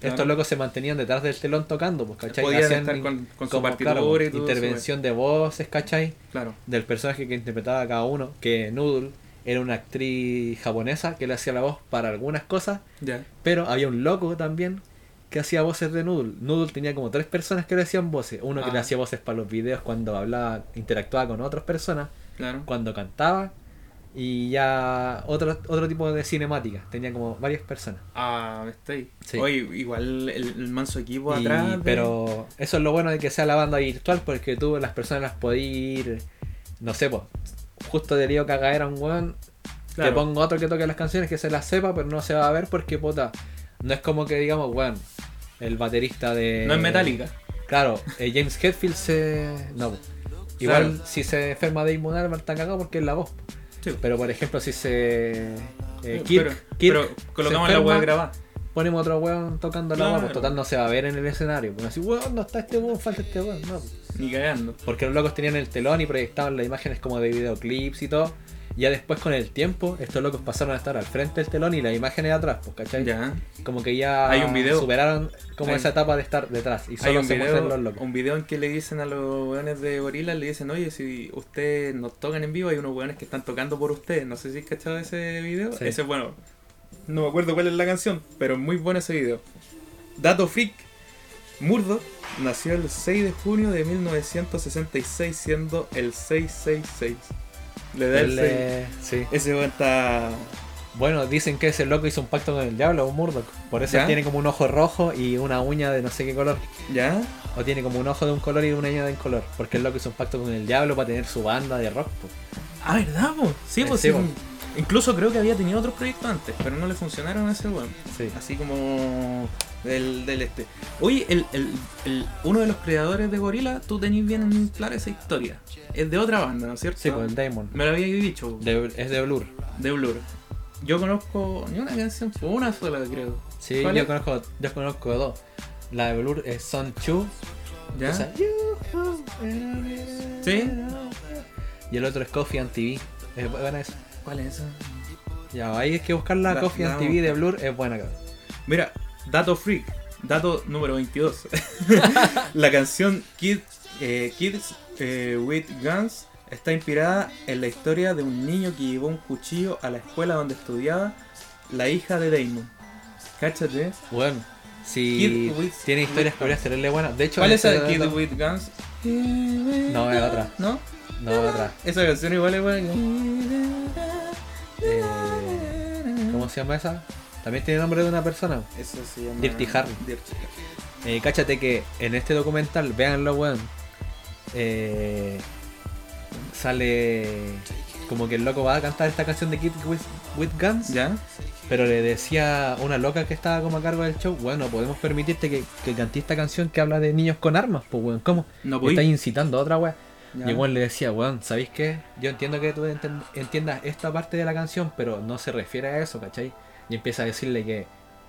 Speaker 2: Claro.
Speaker 1: estos locos se mantenían detrás del telón tocando pues, ¿cachai?
Speaker 2: Podían
Speaker 1: Hacían
Speaker 2: estar con,
Speaker 1: in-
Speaker 2: con su
Speaker 1: como,
Speaker 2: partitura
Speaker 1: claro, pues,
Speaker 2: y todo
Speaker 1: intervención de voces ¿cachai?
Speaker 2: eso, Claro.
Speaker 1: del personaje que interpretaba cada uno que Noodle era una actriz japonesa que le hacía la voz para algunas cosas
Speaker 2: Ya.
Speaker 1: Pero había un loco también que hacía voces de Noodle. Noodle tenía como tres personas que le hacían voces. Uno que
Speaker 2: Ah.
Speaker 1: le hacía voces para los videos cuando hablaba, interactuaba con otras personas,
Speaker 2: Claro.
Speaker 1: cuando cantaba Y ya otro, otro tipo de cinemática. Tenía como varias personas.
Speaker 2: Ah, estoy.
Speaker 1: Sí.
Speaker 2: Oye, igual el, el manso equipo
Speaker 1: Y-
Speaker 2: atrás. de-
Speaker 1: Pero eso es lo bueno de que sea la banda virtual, porque tú las personas las podés ir. No sé, pues. Justo te digo que acá era un weón.
Speaker 2: Claro.
Speaker 1: Te pongo otro que toque las canciones, que se las sepa, pero no se va a ver porque, puta. No es como que digamos, weón, el baterista de.
Speaker 2: No es metálica.
Speaker 1: Claro, eh, James Hetfield se. No. po. Igual si se enferma de inmunar, va a estar cagado porque es la voz. po.
Speaker 2: Sí.
Speaker 1: Pero por ejemplo, si se. eh, Kirk,
Speaker 2: pero,
Speaker 1: Kirk
Speaker 2: pero colocamos
Speaker 1: se
Speaker 2: la
Speaker 1: enferma,
Speaker 2: web grabada.
Speaker 1: Ponemos otro weón tocando la
Speaker 2: Claro.
Speaker 1: voz, pues total no se va a ver en el escenario. Pues así, weón, no está este weón, falta este weón. No. po.
Speaker 2: Ni cagando.
Speaker 1: Porque los locos tenían el telón y proyectaban las imágenes como de videoclips y todo. Y Ya después con el tiempo, estos locos pasaron a estar al frente del telón y las imágenes de atrás, pues, ¿cachai?
Speaker 2: Ya.
Speaker 1: Como que ya
Speaker 2: Hay un video.
Speaker 1: superaron como
Speaker 2: Hay-
Speaker 1: esa etapa de estar detrás y
Speaker 2: Hay
Speaker 1: solo
Speaker 2: un
Speaker 1: se muestran los
Speaker 2: video,
Speaker 1: locos.
Speaker 2: un video en que le dicen a los weones de Gorila, le dicen, oye, si ustedes nos tocan en vivo, hay unos weones que están tocando por ustedes. No sé si has cachado ese video.
Speaker 1: Sí.
Speaker 2: Ese es bueno. No me acuerdo cuál es la canción, pero es muy bueno ese video. Dato freak. Murdo nació el 6 de junio de 1966, siendo el 666. Le da el,
Speaker 1: El,
Speaker 2: 6.
Speaker 1: eh, sí.
Speaker 2: Ese weón está...
Speaker 1: Bueno, dicen que ese loco hizo un pacto con el diablo, un Murdoch. Por eso
Speaker 2: ¿Ya?
Speaker 1: tiene como un ojo rojo y una uña de no sé qué color.
Speaker 2: ¿Ya?
Speaker 1: O tiene como un ojo de un color y una uña de un color. Porque el loco hizo un pacto con el diablo para tener su banda de rock. po.
Speaker 2: Ah, ¿verdad, po? Sí,
Speaker 1: Eh,
Speaker 2: pues
Speaker 1: sí,
Speaker 2: sí.
Speaker 1: po.
Speaker 2: Incluso creo que había tenido otros proyectos antes, pero no le funcionaron a ese weón.
Speaker 1: Sí.
Speaker 2: Así como del, del este. Oye, el, el- el- uno de los creadores de Gorila, tú tenés bien clara esa historia. Es de otra banda, ¿no es cierto?
Speaker 1: Sí, pues. con el Damon.
Speaker 2: Me lo había dicho, de,
Speaker 1: De- es de Blur.
Speaker 2: Blur. Yo conozco ni una canción, fue una sola creo.
Speaker 1: Sí,
Speaker 2: ¿Cuál
Speaker 1: yo
Speaker 2: es?
Speaker 1: conozco, yo conozco dos. La de Blur es Sun Chu.
Speaker 2: ¿Ya?
Speaker 1: esa-
Speaker 2: Sí.
Speaker 1: Y el otro es Coffee and TV. Es buena esa.
Speaker 2: ¿Cuál es esa?
Speaker 1: Ya, ahí es que buscar la
Speaker 2: La-
Speaker 1: Coffee and
Speaker 2: la
Speaker 1: TV de Blur es buena, cabrón.
Speaker 2: Mira, dato freak, dato número 22. la canción Kids, eh, Kids eh, with Guns está inspirada en la historia de un niño que llevó un cuchillo a la escuela donde estudiaba la hija de Damon. Cáchate.
Speaker 1: Bueno, si
Speaker 2: Kid with-
Speaker 1: tiene historias podría serle buenas. De hecho,
Speaker 2: ¿Cuál es
Speaker 1: ese
Speaker 2: la de Kid
Speaker 1: dato-
Speaker 2: with Guns?
Speaker 1: No,
Speaker 2: No,
Speaker 1: es otra.
Speaker 2: ¿No?
Speaker 1: No, otra.
Speaker 2: Esa canción igual es buena.
Speaker 1: Eh, ¿Cómo se llama esa? También tiene nombre de una persona.
Speaker 2: Eso se llama...
Speaker 1: Dirty Harry.
Speaker 2: Dirty Harry.
Speaker 1: Eh, cáchate que en este documental, véanlo, weón. eh, sale como que el loco va a cantar esta canción de Kid with, with Guns.
Speaker 2: ¿Ya?
Speaker 1: Pero le decía una loca que estaba como a cargo del show: Bueno, podemos permitirte que, que cantí esta canción que habla de niños con armas, pues, weón. ¿Cómo?
Speaker 2: No
Speaker 1: Estás
Speaker 2: voy.
Speaker 1: incitando a otra weón.
Speaker 2: Ya.
Speaker 1: Y el weón le decía, weón, ¿sabéis qué? Yo entiendo que tú enten- entiendas esta parte de la canción, pero no se refiere a eso, ¿cachai? Y empieza a decirle que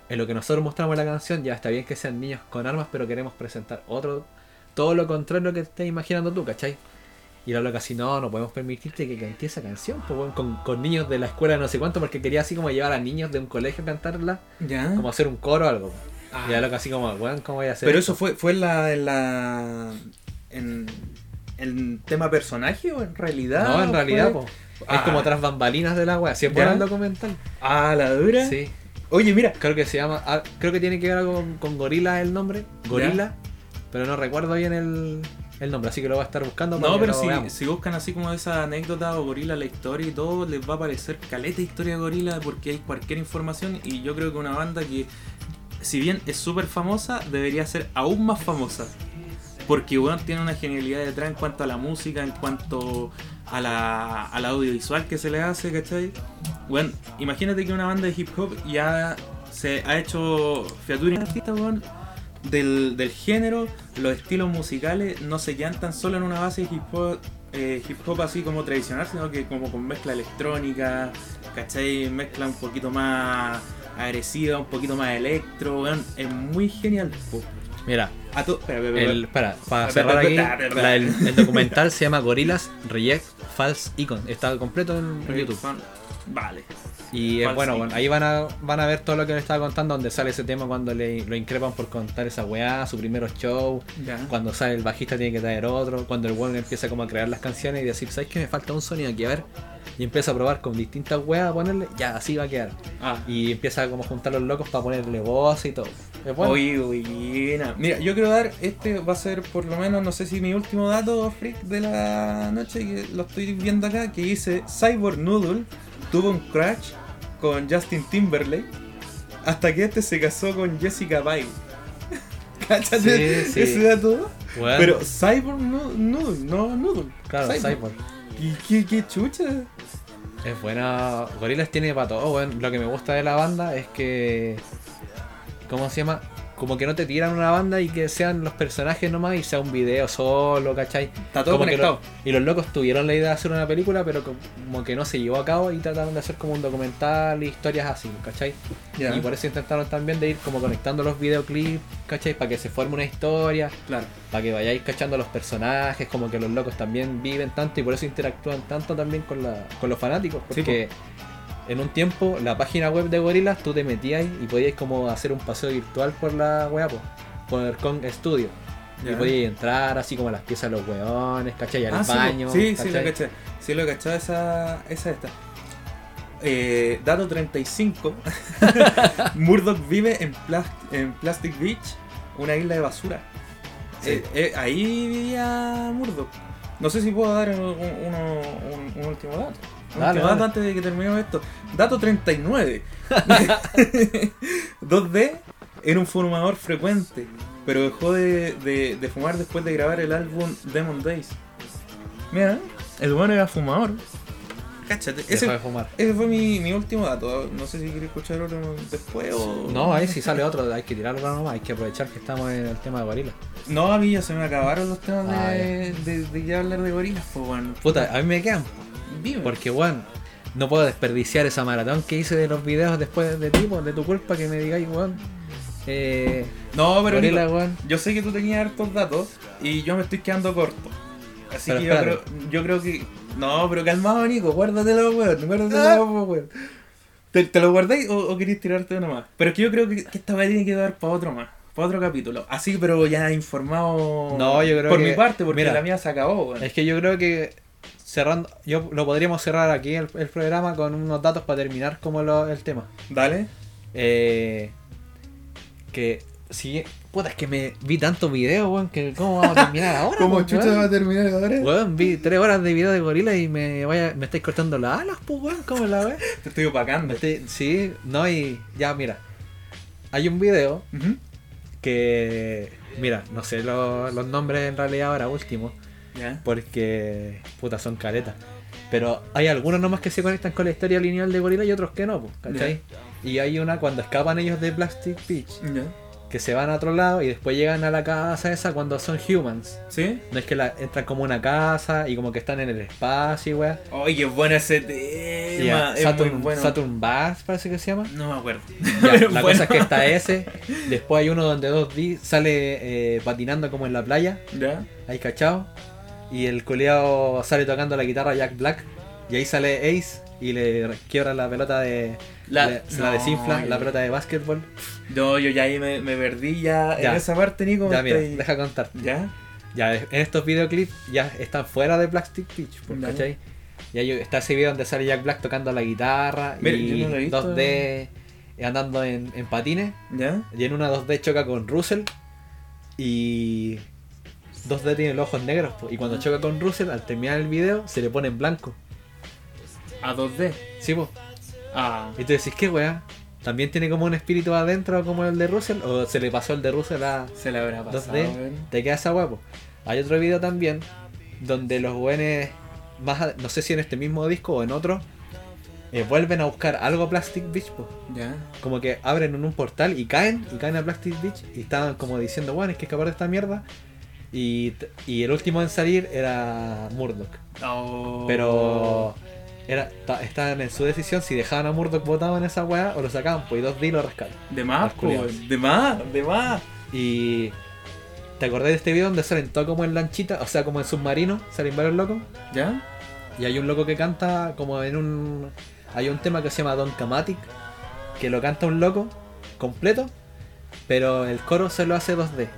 Speaker 1: en lo que nosotros mostramos en la canción ya está bien que sean niños con armas, pero queremos presentar otro, todo lo contrario que te estás imaginando tú, ¿cachai? Y la loca así, no, no podemos permitirte que cantes esa canción, pues, weón, con, con niños de la escuela de no sé cuánto, porque quería así como llevar a niños de un colegio a cantarla,
Speaker 2: ¿Ya?
Speaker 1: como hacer un coro o algo.
Speaker 2: Ah.
Speaker 1: Y la loca así como, weón, ¿cómo voy a hacer
Speaker 2: Pero
Speaker 1: esto?".
Speaker 2: eso fue, fue en la, en la. en. en tema personaje o en realidad.
Speaker 1: No,
Speaker 2: ¿O
Speaker 1: en realidad,
Speaker 2: fue-
Speaker 1: po, es
Speaker 2: Ah.
Speaker 1: como tras bambalinas de la wea, si es
Speaker 2: ¿Ya?
Speaker 1: bueno el documental.
Speaker 2: Ah, la dura.
Speaker 1: Sí,
Speaker 2: Oye, mira.
Speaker 1: creo que se llama. ah, creo que tiene que ver algo con, con Gorila el nombre. Gorila. Pero no recuerdo bien el, el nombre, así que lo voy a estar buscando. para
Speaker 2: No,
Speaker 1: que
Speaker 2: pero
Speaker 1: lo
Speaker 2: si,
Speaker 1: veamos.
Speaker 2: si buscan así como esa anécdota o gorila la historia y todo, les va a aparecer caleta historia de gorila porque hay cualquier información y yo creo que una banda que, si bien es súper famosa, debería ser aún más famosa. Porque bueno, tiene una genialidad detrás en cuanto a la música, en cuanto a la, al audiovisual que se le hace, ¿cachai? Bueno, imagínate que una banda de hip hop ya se ha hecho featuring artista, weón, del, del género, los estilos musicales no se quedan tan solo en una base de hip hop, eh, hip hop así como tradicional, sino que como con mezcla electrónica, ¿cachai? Mezcla un poquito más agresiva, un poquito más electro, weón, es muy genial. po.
Speaker 1: Mira,
Speaker 2: A to- espera, espera, espera.
Speaker 1: el, espera, para
Speaker 2: Pe-
Speaker 1: cerrar
Speaker 2: pe-
Speaker 1: aquí,
Speaker 2: pe- pe- pe-
Speaker 1: la- el, el documental se llama Gorillas Reject False Icon. Está completo en, en YouTube.
Speaker 2: Son- Vale.
Speaker 1: Y eh,
Speaker 2: False
Speaker 1: bueno,
Speaker 2: Icon.
Speaker 1: bueno, ahí van a, van a ver todo lo que le estaba contando, donde sale ese tema cuando le, lo increpan por contar esa weá, su primeros show.
Speaker 2: Ya.
Speaker 1: Cuando sale el bajista tiene que traer otro. Cuando el weón empieza como a crear las canciones y decir, ¿sabes qué? Me falta un sonido aquí, a ver. Y empieza a probar con distintas weas a ponerle, ya, así va a quedar.
Speaker 2: Ah,
Speaker 1: Y empieza a como juntar los locos para ponerle voz y todo. Es bueno.
Speaker 2: Oye, buena. Mira, yo quiero dar, este va a ser por lo menos, no sé si mi último dato, freak, de la noche, que lo estoy viendo acá, que dice Cyborg Noodle tuvo un crash con Justin Timberlake hasta que este se casó con Jessica Biel. Cáchate
Speaker 1: Sí, sí.
Speaker 2: ese dato.
Speaker 1: Bueno,
Speaker 2: Pero Cyborg Noo- Noodle, no Noodle.
Speaker 1: claro, Cyborg.
Speaker 2: ¿Y qué, qué chucha?
Speaker 1: Es buena. Gorilas tiene para todo, weón. Lo que me gusta de la banda es que. ¿Cómo se llama? Como que no te tiran una banda y que sean los personajes nomás y sea un video solo, ¿cachai?
Speaker 2: Está todo
Speaker 1: Como que
Speaker 2: conectado.
Speaker 1: lo- y los locos tuvieron la idea de hacer una película, pero como que no se llevó a cabo y trataron de hacer como un documental y historias así, ¿cachai?
Speaker 2: Ya,
Speaker 1: Y por eso intentaron también de ir como conectando los videoclips, ¿cachai? Para que se forme una historia,
Speaker 2: claro.
Speaker 1: para que vayáis cachando los personajes, como que los locos también viven tanto y por eso interactúan tanto también con, la, con los fanáticos,
Speaker 2: Sí,
Speaker 1: porque en un tiempo la página web de Gorillaz tú te metías y podías como hacer un paseo virtual por la web, por Kong Studio. Y
Speaker 2: Ya.
Speaker 1: podías entrar así como a las piezas de los weones, ¿cachai? Al
Speaker 2: Ah, sí,
Speaker 1: baño.
Speaker 2: Sí, sí,
Speaker 1: ¿cachai?
Speaker 2: lo caché. Sí, lo caché esa, esa esta. Eh, dato 35. Murdoch vive en, Plas- en Plastic Beach, una isla de basura.
Speaker 1: Sí.
Speaker 2: Eh, eh, ahí vivía Murdoch. No sé si puedo dar un, un- uno- un- un último dato. Un
Speaker 1: Dale,
Speaker 2: último
Speaker 1: dale.
Speaker 2: dato antes de que terminemos esto. Dato 39. 2D era un fumador frecuente, pero dejó de, de- de fumar después de grabar el álbum Demon Days. Mira, el bueno era fumador. Cáchate,
Speaker 1: Dejó de
Speaker 2: ese,
Speaker 1: fumar.
Speaker 2: ese fue mi, mi último dato. No sé si quieres escuchar otro después o.
Speaker 1: No, eh. ahí si sale otro, hay que tirarlo nomás, hay que aprovechar que estamos en el tema de Gorila.
Speaker 2: No, a mí ya se me acabaron los temas
Speaker 1: Ah,
Speaker 2: de, de, de ya hablar de gorilas, pues bueno.
Speaker 1: Puta, a mí me quedan,
Speaker 2: Dime.
Speaker 1: porque weón, no puedo desperdiciar esa maratón que hice de los videos después de ti, por- de tu culpa que me digáis, weón. Eh,
Speaker 2: No, pero
Speaker 1: Gorila,
Speaker 2: Nico,
Speaker 1: weón.
Speaker 2: yo sé que tú tenías hartos datos y yo me estoy quedando corto. Así
Speaker 1: Pero
Speaker 2: que yo creo,
Speaker 1: espérate.
Speaker 2: yo creo que. No, pero calmado, Nico, guárdatelo, weón. Guárdatelo,
Speaker 1: Ah.
Speaker 2: weón. ¿Te, te lo guardáis o, o queréis tirarte uno más? Pero es que yo creo que, que esta vez tiene que dar para otro más. Para otro capítulo. Así, pero ya informado.
Speaker 1: No, yo creo
Speaker 2: Por
Speaker 1: que-
Speaker 2: mi parte, porque
Speaker 1: mira.
Speaker 2: la mía se acabó, weón.
Speaker 1: Es que yo creo que cerrando, yo lo podríamos cerrar aquí el, el programa con unos datos para terminar como lo- el tema.
Speaker 2: Dale.
Speaker 1: Eh, que si, puta, es que me vi tantos videos, weón, que cómo vamos a terminar ahora. pues, weón?
Speaker 2: terminar ahora?
Speaker 1: Weón, vi tres horas de video de gorila y me vaya, me estáis cortando las alas, pues weón, ¿cómo la ves?
Speaker 2: Te estoy opacando.
Speaker 1: Me estoy- sí, no, y ya, mira. Hay un video
Speaker 2: Ujú.
Speaker 1: que, mira, no sé lo- los nombres en realidad ahora último,
Speaker 2: Ya.
Speaker 1: porque, puta, son caretas. Pero hay algunos nomás que se conectan con la historia lineal de gorila y otros que no, pues, ¿cachai? Y hay una cuando escapan ellos de Plastic Beach,
Speaker 2: Ya.
Speaker 1: que se van a otro lado y después llegan a la casa esa cuando son humans.
Speaker 2: ¿Sí?
Speaker 1: No es que la, entran como una casa y como que están en el espacio, y weón.
Speaker 2: Oye, qué bueno ese tema.
Speaker 1: Ya,
Speaker 2: Es muy
Speaker 1: Saturn,
Speaker 2: bueno.
Speaker 1: Saturn Bass parece que se llama.
Speaker 2: No me acuerdo.
Speaker 1: Ya,
Speaker 2: Pero
Speaker 1: la
Speaker 2: bueno.
Speaker 1: cosa es que está ese. Después hay uno donde 2D sale eh, patinando como en la playa,
Speaker 2: ¿Ya?
Speaker 1: ahí cachado. Y el coleado sale tocando la guitarra Jack Black. Y ahí sale Ace y le quiebra la pelota de. le- se la
Speaker 2: no,
Speaker 1: desinfla,
Speaker 2: yo-
Speaker 1: la pelota de básquetbol.
Speaker 2: No, yo ya ahí me, me perdí ya,
Speaker 1: Ya.
Speaker 2: en esa parte, Nico.
Speaker 1: Ya,
Speaker 2: me
Speaker 1: mira,
Speaker 2: estoy-
Speaker 1: deja contar.
Speaker 2: ¿Ya?
Speaker 1: Ya, en estos videoclips ya están fuera de Plastic Beach, pues,
Speaker 2: Ya.
Speaker 1: ¿cachai? Y ahí está ese video donde sale Jack Black tocando la guitarra
Speaker 2: Mira,
Speaker 1: y
Speaker 2: yo no lo he visto.
Speaker 1: 2D andando en, en patines.
Speaker 2: ¿Ya?
Speaker 1: Y en una 2D choca con Russell y 2D tiene los ojos negros. po, Y
Speaker 2: Ah.
Speaker 1: cuando choca con Russell, al terminar el video, se le pone en blanco.
Speaker 2: A 2D.
Speaker 1: ¿Sí, po?
Speaker 2: Ah.
Speaker 1: Y tú decís, ¿qué weá? ¿También tiene como un espíritu adentro como el de Russell? ¿O se le pasó el de Russell a,
Speaker 2: Se la habrá pasado.
Speaker 1: 2D.
Speaker 2: weón.
Speaker 1: te queda esa guapo. Hay otro video también donde los buenos, más ad- no sé si en este mismo disco o en otro, eh, vuelven a buscar algo Plastic Beach. po.
Speaker 2: ¿Ya?
Speaker 1: Como que abren en un portal y caen, y caen a Plastic Beach y estaban como diciendo, bueno, es que escapar de esta mierda. Y, t- y el último en salir era Murdoch.
Speaker 2: Oh.
Speaker 1: Pero era, ta- estaban en su decisión si dejaban a Murdoch botado en esa weá o lo sacaban, pues y dos d lo rescatan.
Speaker 2: De más,
Speaker 1: Los culiados.
Speaker 2: pues. De más, de más.
Speaker 1: Y. ¿Te acordás de este video donde salen todo como en lanchita? O sea, como en submarino, salen varios locos.
Speaker 2: ¿Ya?
Speaker 1: Y hay un loco que canta como en un. Hay un tema que se llama Don Camatic, que lo canta un loco completo, pero el coro se lo hace 2D.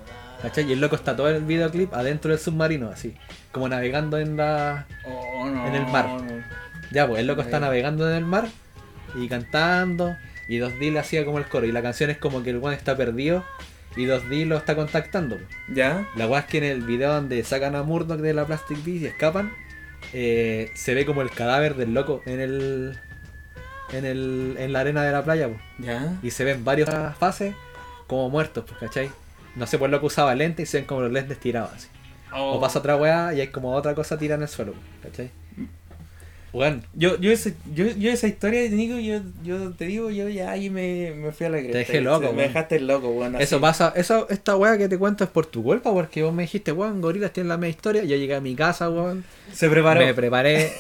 Speaker 1: ¿Cachai? Y el loco está todo el videoclip adentro del submarino, así, como navegando en la.
Speaker 2: Oh, no.
Speaker 1: En el mar.
Speaker 2: no.
Speaker 1: Ya, pues el loco está navegando en el mar y cantando. Y 2D le hacía como el coro. Y la canción es como que el one está perdido y 2D lo está contactando. pues. po.
Speaker 2: ¿Ya?
Speaker 1: La weá es que en el video donde sacan a Murdoch de la Plastic Beach y escapan, eh, se ve como el cadáver del loco en el. en el. en la arena de la playa, po.
Speaker 2: ¿Ya?
Speaker 1: Y se ven varias fases como muertos, pues, ¿cachai? No sé por lo que usaba lente y se ven como los lentes tirados así. O
Speaker 2: Oh.
Speaker 1: pasa otra weá y hay como otra cosa tirada en el suelo, pues, ¿cachai? Weón,
Speaker 2: Yo, yo, ese- yo, yo esa historia de Nico, yo, yo te digo, yo ya ahí me, me fui a la cresta.
Speaker 1: dejé loco,
Speaker 2: Me
Speaker 1: weón.
Speaker 2: dejaste loco, weón. así.
Speaker 1: eso pasa, eso, esta weá que te cuento es por tu culpa, porque vos me dijiste, weón, gorilas tienen la misma historia, yo llegué a mi casa, weón,
Speaker 2: Se preparó.
Speaker 1: Me preparé,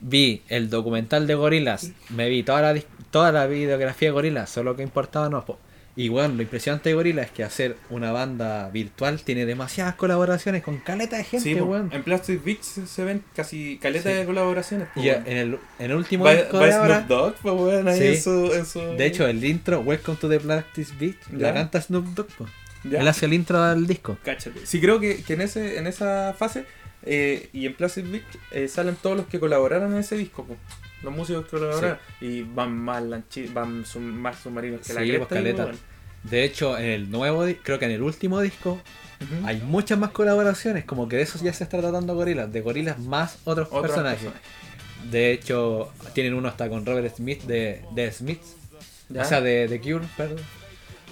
Speaker 1: vi el documental de gorilas, me vi toda la, dis- toda la videografía de gorilas, solo que importaba no. po. Y bueno, lo impresionante de gorilas es que hacer una banda virtual tiene demasiadas colaboraciones con caleta de gente,
Speaker 2: Sí, po.
Speaker 1: weón.
Speaker 2: en Plastic Beach se se ven casi caleta
Speaker 1: Sí.
Speaker 2: de colaboraciones. po,
Speaker 1: Y
Speaker 2: weón.
Speaker 1: en el, en el último
Speaker 2: Va,
Speaker 1: disco
Speaker 2: va
Speaker 1: de
Speaker 2: Em, Snoop
Speaker 1: ahora,
Speaker 2: Dogg, pues, weón, ahí
Speaker 1: Sí.
Speaker 2: en su, en su-
Speaker 1: de hecho, el intro, Welcome to the Practice Beach, la
Speaker 2: Ya.
Speaker 1: canta Snoop Dogg, po.
Speaker 2: Ya.
Speaker 1: él hace el intro del disco.
Speaker 2: Cáchate. Sí, creo que, que en, ese, en esa fase eh, y en Plastic Beach eh, salen todos los que colaboraron en ese disco, po. Los músicos que colaboraron. Y van más, lanchi- van su- más submarinos que la
Speaker 1: Sí,
Speaker 2: cresta,
Speaker 1: pues, caleta.
Speaker 2: weón.
Speaker 1: De hecho, en el nuevo, di- creo que en el último disco,
Speaker 2: Ujú.
Speaker 1: hay muchas más colaboraciones, como que de eso ya se está tratando gorilas, de gorilas más otros
Speaker 2: Otros
Speaker 1: personajes. De hecho, tienen uno hasta con Robert Smith de, de Smiths.
Speaker 2: Ya.
Speaker 1: O sea, de, de Cure, perdón.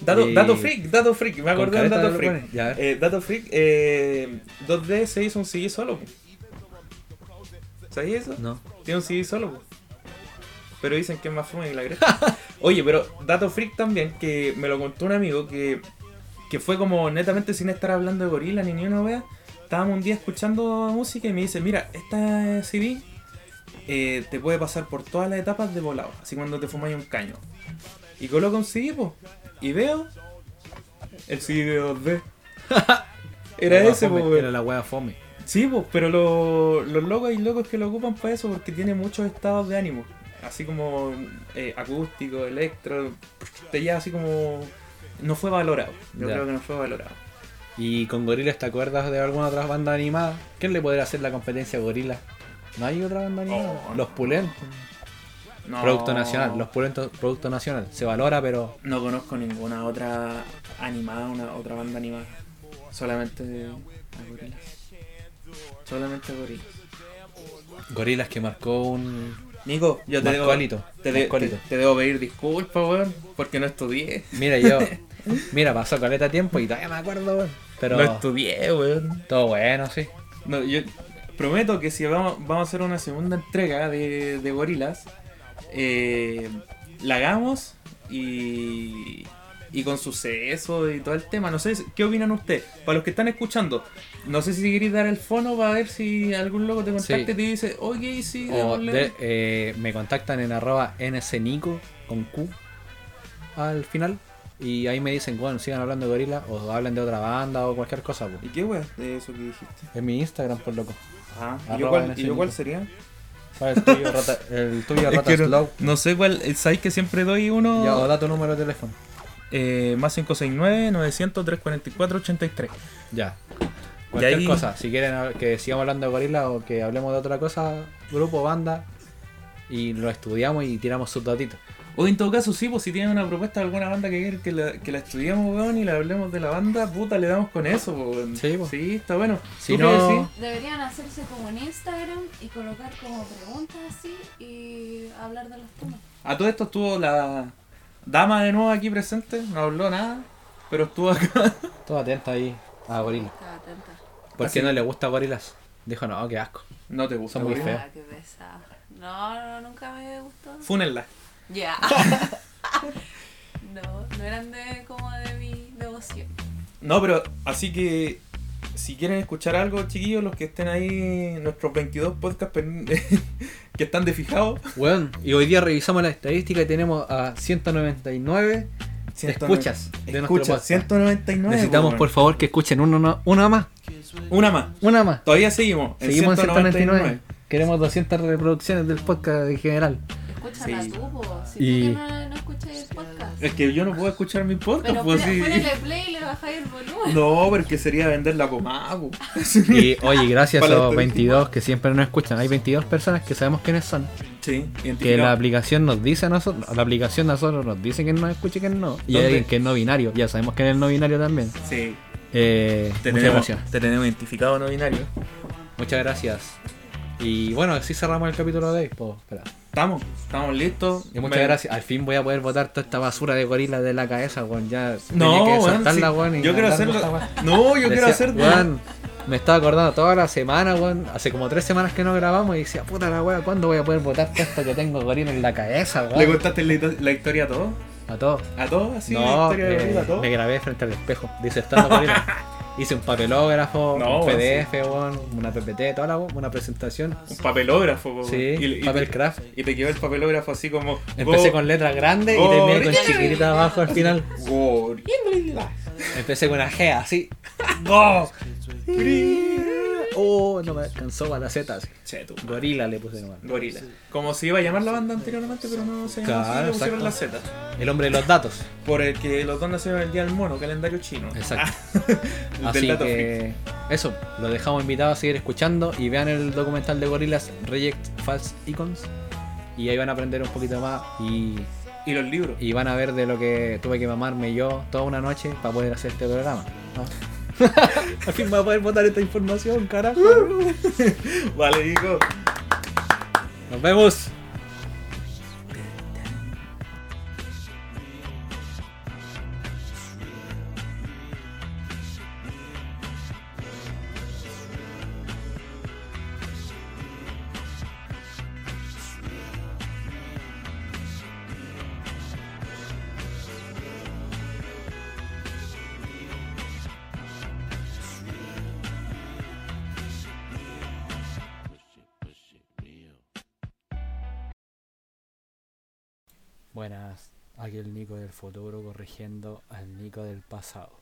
Speaker 2: Dato,
Speaker 1: Y-
Speaker 2: dato freak, dato freak, me
Speaker 1: con
Speaker 2: acordé de un
Speaker 1: caleta
Speaker 2: dato
Speaker 1: de
Speaker 2: freak.
Speaker 1: locales. Ya, a ver.
Speaker 2: Eh, dato freak, eh, 2D se hizo un CD solo. po. ¿Sabías eso?
Speaker 1: No.
Speaker 2: Tiene un CD solo. po. Pero dicen que es más fome que la cresta. Oye, pero dato freak también, que me lo contó un amigo que, que fue como netamente sin estar hablando de gorila ni ni una wea. Estábamos un día escuchando música y me dice, mira, esta CD eh, te puede pasar por todas las etapas de volado, así cuando te fumáis un caño. Y coloco un CD, po, y veo el CD de 2D. Era
Speaker 1: La wea
Speaker 2: ese, pues, po,
Speaker 1: fome,
Speaker 2: weón.
Speaker 1: Era la wea fome.
Speaker 2: Sí, pues, pero lo- los locos hay locos que lo ocupan para eso porque tiene muchos estados de ánimo. Así como eh, acústico, electro, te lleva así como... No fue valorado. Yo
Speaker 1: Ya.
Speaker 2: creo que no fue valorado.
Speaker 1: Y con gorilas, ¿te acuerdas de alguna otra banda animada? ¿Quién le podría hacer la competencia a gorilas? No hay otra banda animada.
Speaker 2: Oh,
Speaker 1: los Pulentos.
Speaker 2: No,
Speaker 1: Producto nacional. Los Pulentos, producto nacional. Se valora, pero
Speaker 2: No conozco ninguna otra animada, una otra banda animada. Solamente a gorilas. Solamente a gorilas.
Speaker 1: gorilas que marcó un.
Speaker 2: Nico, yo te
Speaker 1: Marcó
Speaker 2: debo,
Speaker 1: alito,
Speaker 2: te, de-
Speaker 1: marcó
Speaker 2: te-
Speaker 1: alito.
Speaker 2: te debo pedir disculpas, weón, porque no estudié.
Speaker 1: Mira, yo. mira, pasó caleta tiempo y todavía me acuerdo, weón. Pero.
Speaker 2: No estudié, weón.
Speaker 1: todo bueno, sí.
Speaker 2: No, yo prometo que si vamos, vamos a hacer una segunda entrega de, de gorilas, eh, la hagamos y, y con suceso y todo el tema. No sé, ¿qué opinan ustedes? Para los que están escuchando, no sé si queréis dar el fono para ver si algún loco te contacta
Speaker 1: Sí.
Speaker 2: y te dice, oye, sí,
Speaker 1: O
Speaker 2: démosle".
Speaker 1: de- eh, me contactan en arroba nsnico con Q al final. Y ahí me dicen, bueno, sigan hablando de gorila o hablen de otra banda o cualquier cosa. po.
Speaker 2: ¿Y qué wea de eso que dijiste?
Speaker 1: Es mi Instagram, por loco.
Speaker 2: Ah, ¿y
Speaker 1: Arroba
Speaker 2: yo cuál,
Speaker 1: en ese
Speaker 2: y yo cuál
Speaker 1: nicho.
Speaker 2: sería?
Speaker 1: ¿Sabes? El tuyo, rata, el tuyo,
Speaker 2: Es
Speaker 1: Rata
Speaker 2: que no-
Speaker 1: Slow.
Speaker 2: No sé cuál, sabéis que siempre doy uno.
Speaker 1: Ya, o da tu número de teléfono.
Speaker 2: eh, más 569 900 344 83.
Speaker 1: Ya. Cualquier
Speaker 2: ahí-
Speaker 1: cosa. Si quieren hab- que sigamos hablando de gorila o que hablemos de otra cosa, grupo, banda. Y lo estudiamos y tiramos sus datitos.
Speaker 2: O en todo caso, sí, pues si tienen una propuesta de alguna banda que quieren que la, que la estudiamos, weón, y la hablemos de la banda, puta, le damos con eso, po, weón.
Speaker 1: Sí, po.
Speaker 2: está bueno.
Speaker 1: Si
Speaker 2: ¿Tú qué
Speaker 1: no-
Speaker 2: decís?
Speaker 4: Deberían hacerse como en Instagram y colocar como preguntas así y hablar de los temas.
Speaker 2: A todo esto estuvo la dama de nuevo aquí presente, no habló nada, pero estuvo acá.
Speaker 1: Todo atento ahí a gorila.
Speaker 4: Estaba atenta.
Speaker 1: ¿Por
Speaker 2: Así.
Speaker 1: qué no le gusta gorilas? Dijo, no, qué asco.
Speaker 2: No te gusta,
Speaker 1: Son muy
Speaker 2: weón.
Speaker 1: feas.
Speaker 4: Ah, qué pesada. No, no, nunca me gustó.
Speaker 2: Fúnenla.
Speaker 4: Ya. no, no eran de como de mi devoción.
Speaker 2: No, pero así que si quieren escuchar algo, chiquillos, los que estén ahí, nuestros 22 podcasts pen- que están de fijados,
Speaker 1: Weón, y hoy día revisamos la estadística y tenemos a 199 escuchas de nuestro
Speaker 2: Escuchas,
Speaker 1: podcast.
Speaker 2: 199. po,
Speaker 1: Necesitamos
Speaker 2: weón.
Speaker 1: por favor que escuchen una, una, una más,
Speaker 2: Una más.
Speaker 1: una más.
Speaker 2: Todavía seguimos.
Speaker 1: Seguimos en 199. Queremos 200 reproducciones del podcast en general.
Speaker 4: escúchala
Speaker 2: Sí.
Speaker 4: tú, po. Si
Speaker 1: Y-
Speaker 4: tú que no, no escuchas el podcast.
Speaker 2: Es que yo no puedo escuchar mi podcast,
Speaker 4: Pero
Speaker 2: pues
Speaker 4: pues,
Speaker 2: sí.
Speaker 4: ponele play y le bajáis el volumen.
Speaker 2: No, porque sería vender la ah, pues. comabo.
Speaker 1: Y oye, gracias a
Speaker 2: Para
Speaker 1: los
Speaker 2: este
Speaker 1: 22 que siempre nos escuchan, hay 22 personas que sabemos quiénes son. Que
Speaker 2: Sí,
Speaker 1: la
Speaker 2: identificado.
Speaker 1: aplicación nos dice a nosotros, la aplicación a nosotros nos dice que nos escucha y que no. Y hay
Speaker 2: ¿Dónde?
Speaker 1: alguien que es no binario, ya sabemos que es no binario también.
Speaker 2: Sí,
Speaker 1: Eh,
Speaker 2: te
Speaker 1: muchas
Speaker 2: tenemos,
Speaker 1: gracias.
Speaker 2: te tenemos identificado no binario.
Speaker 1: Muchas gracias. Y bueno, así cerramos el capítulo de hoy. po, espera.
Speaker 2: Estamos, estamos listos.
Speaker 1: Y muchas
Speaker 2: Me-
Speaker 1: gracias. Al fin voy a poder botar toda esta basura de gorila de la cabeza, weón. Ya
Speaker 2: No,
Speaker 1: tenía que
Speaker 2: weón,
Speaker 1: soltarla,
Speaker 2: sí.
Speaker 1: weón, y
Speaker 2: Yo
Speaker 1: hablar
Speaker 2: quiero
Speaker 1: de
Speaker 2: hacerlo.
Speaker 1: esta weá.
Speaker 2: No, yo
Speaker 1: Decía,
Speaker 2: quiero hacer.
Speaker 1: "Weón, me estaba acordando toda la semana, weón. Hace como tres semanas que no grabamos y decía, puta la weá, ¿cuándo voy a poder botar todo esto que tengo gorila en la cabeza,
Speaker 2: ¿Le
Speaker 1: weón?
Speaker 2: contaste la, la historia a todos?
Speaker 1: A todos.
Speaker 2: ¿A todos? ¿Así? ¿La
Speaker 1: no,
Speaker 2: historia de
Speaker 1: eh,
Speaker 2: Gorila a todos?
Speaker 1: me grabé frente al espejo. Dice, estando gorila. Hice un papelógrafo,
Speaker 2: No,
Speaker 1: un
Speaker 2: weón,
Speaker 1: PDF, weón, una PPT, toda la weón, una presentación.
Speaker 2: Un papelógrafo. po,
Speaker 1: Sí,
Speaker 2: Oh, y- y-
Speaker 1: papel craft.
Speaker 2: Y te quedó el papelógrafo así como. "Oh,
Speaker 1: Empecé
Speaker 2: "Go-
Speaker 1: con letras grandes y
Speaker 2: Go-
Speaker 1: terminé con chiquitita abajo al final.
Speaker 2: oh, Gorila.
Speaker 1: Empecé con una G así.
Speaker 2: Go.
Speaker 1: Oh, no me alcanzó para la Z. así.
Speaker 2: Che, tu madre.
Speaker 1: Gorila le puse nomás.
Speaker 2: Gorila. Como se iba a llamar la banda anteriormente, pero no se llamó
Speaker 1: Claro,
Speaker 2: así, le pusieron la
Speaker 1: exacto.
Speaker 2: Z.
Speaker 1: El hombre de los datos.
Speaker 2: Por el que los dos nacieron el día del mono, calendario chino.
Speaker 1: Exacto.
Speaker 2: Del
Speaker 1: Eh, Ah, Así
Speaker 2: dato freak.
Speaker 1: que eso, lo dejamos invitado a seguir escuchando y vean el documental de Gorilas Reject False Icons y ahí van a aprender un poquito más y,
Speaker 2: Y los libros.
Speaker 1: y van a ver de lo que tuve que mamarme yo toda una noche para poder hacer este programa. ¿no? Al fin me voy a poder botar esta información, carajo.
Speaker 2: Vale, hijo.
Speaker 1: Nos vemos. Buenas, aquí el Nico del futuro corrigiendo al Nico del pasado.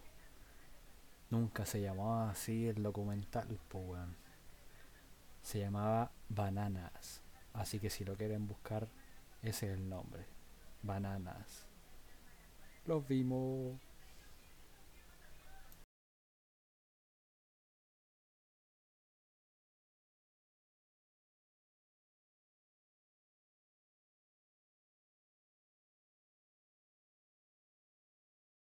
Speaker 1: Nunca se llamaba así el documental, po weón. Se llamaba Bananas. Así que si lo quieren buscar, ese es el nombre. Bananas. Los vimos.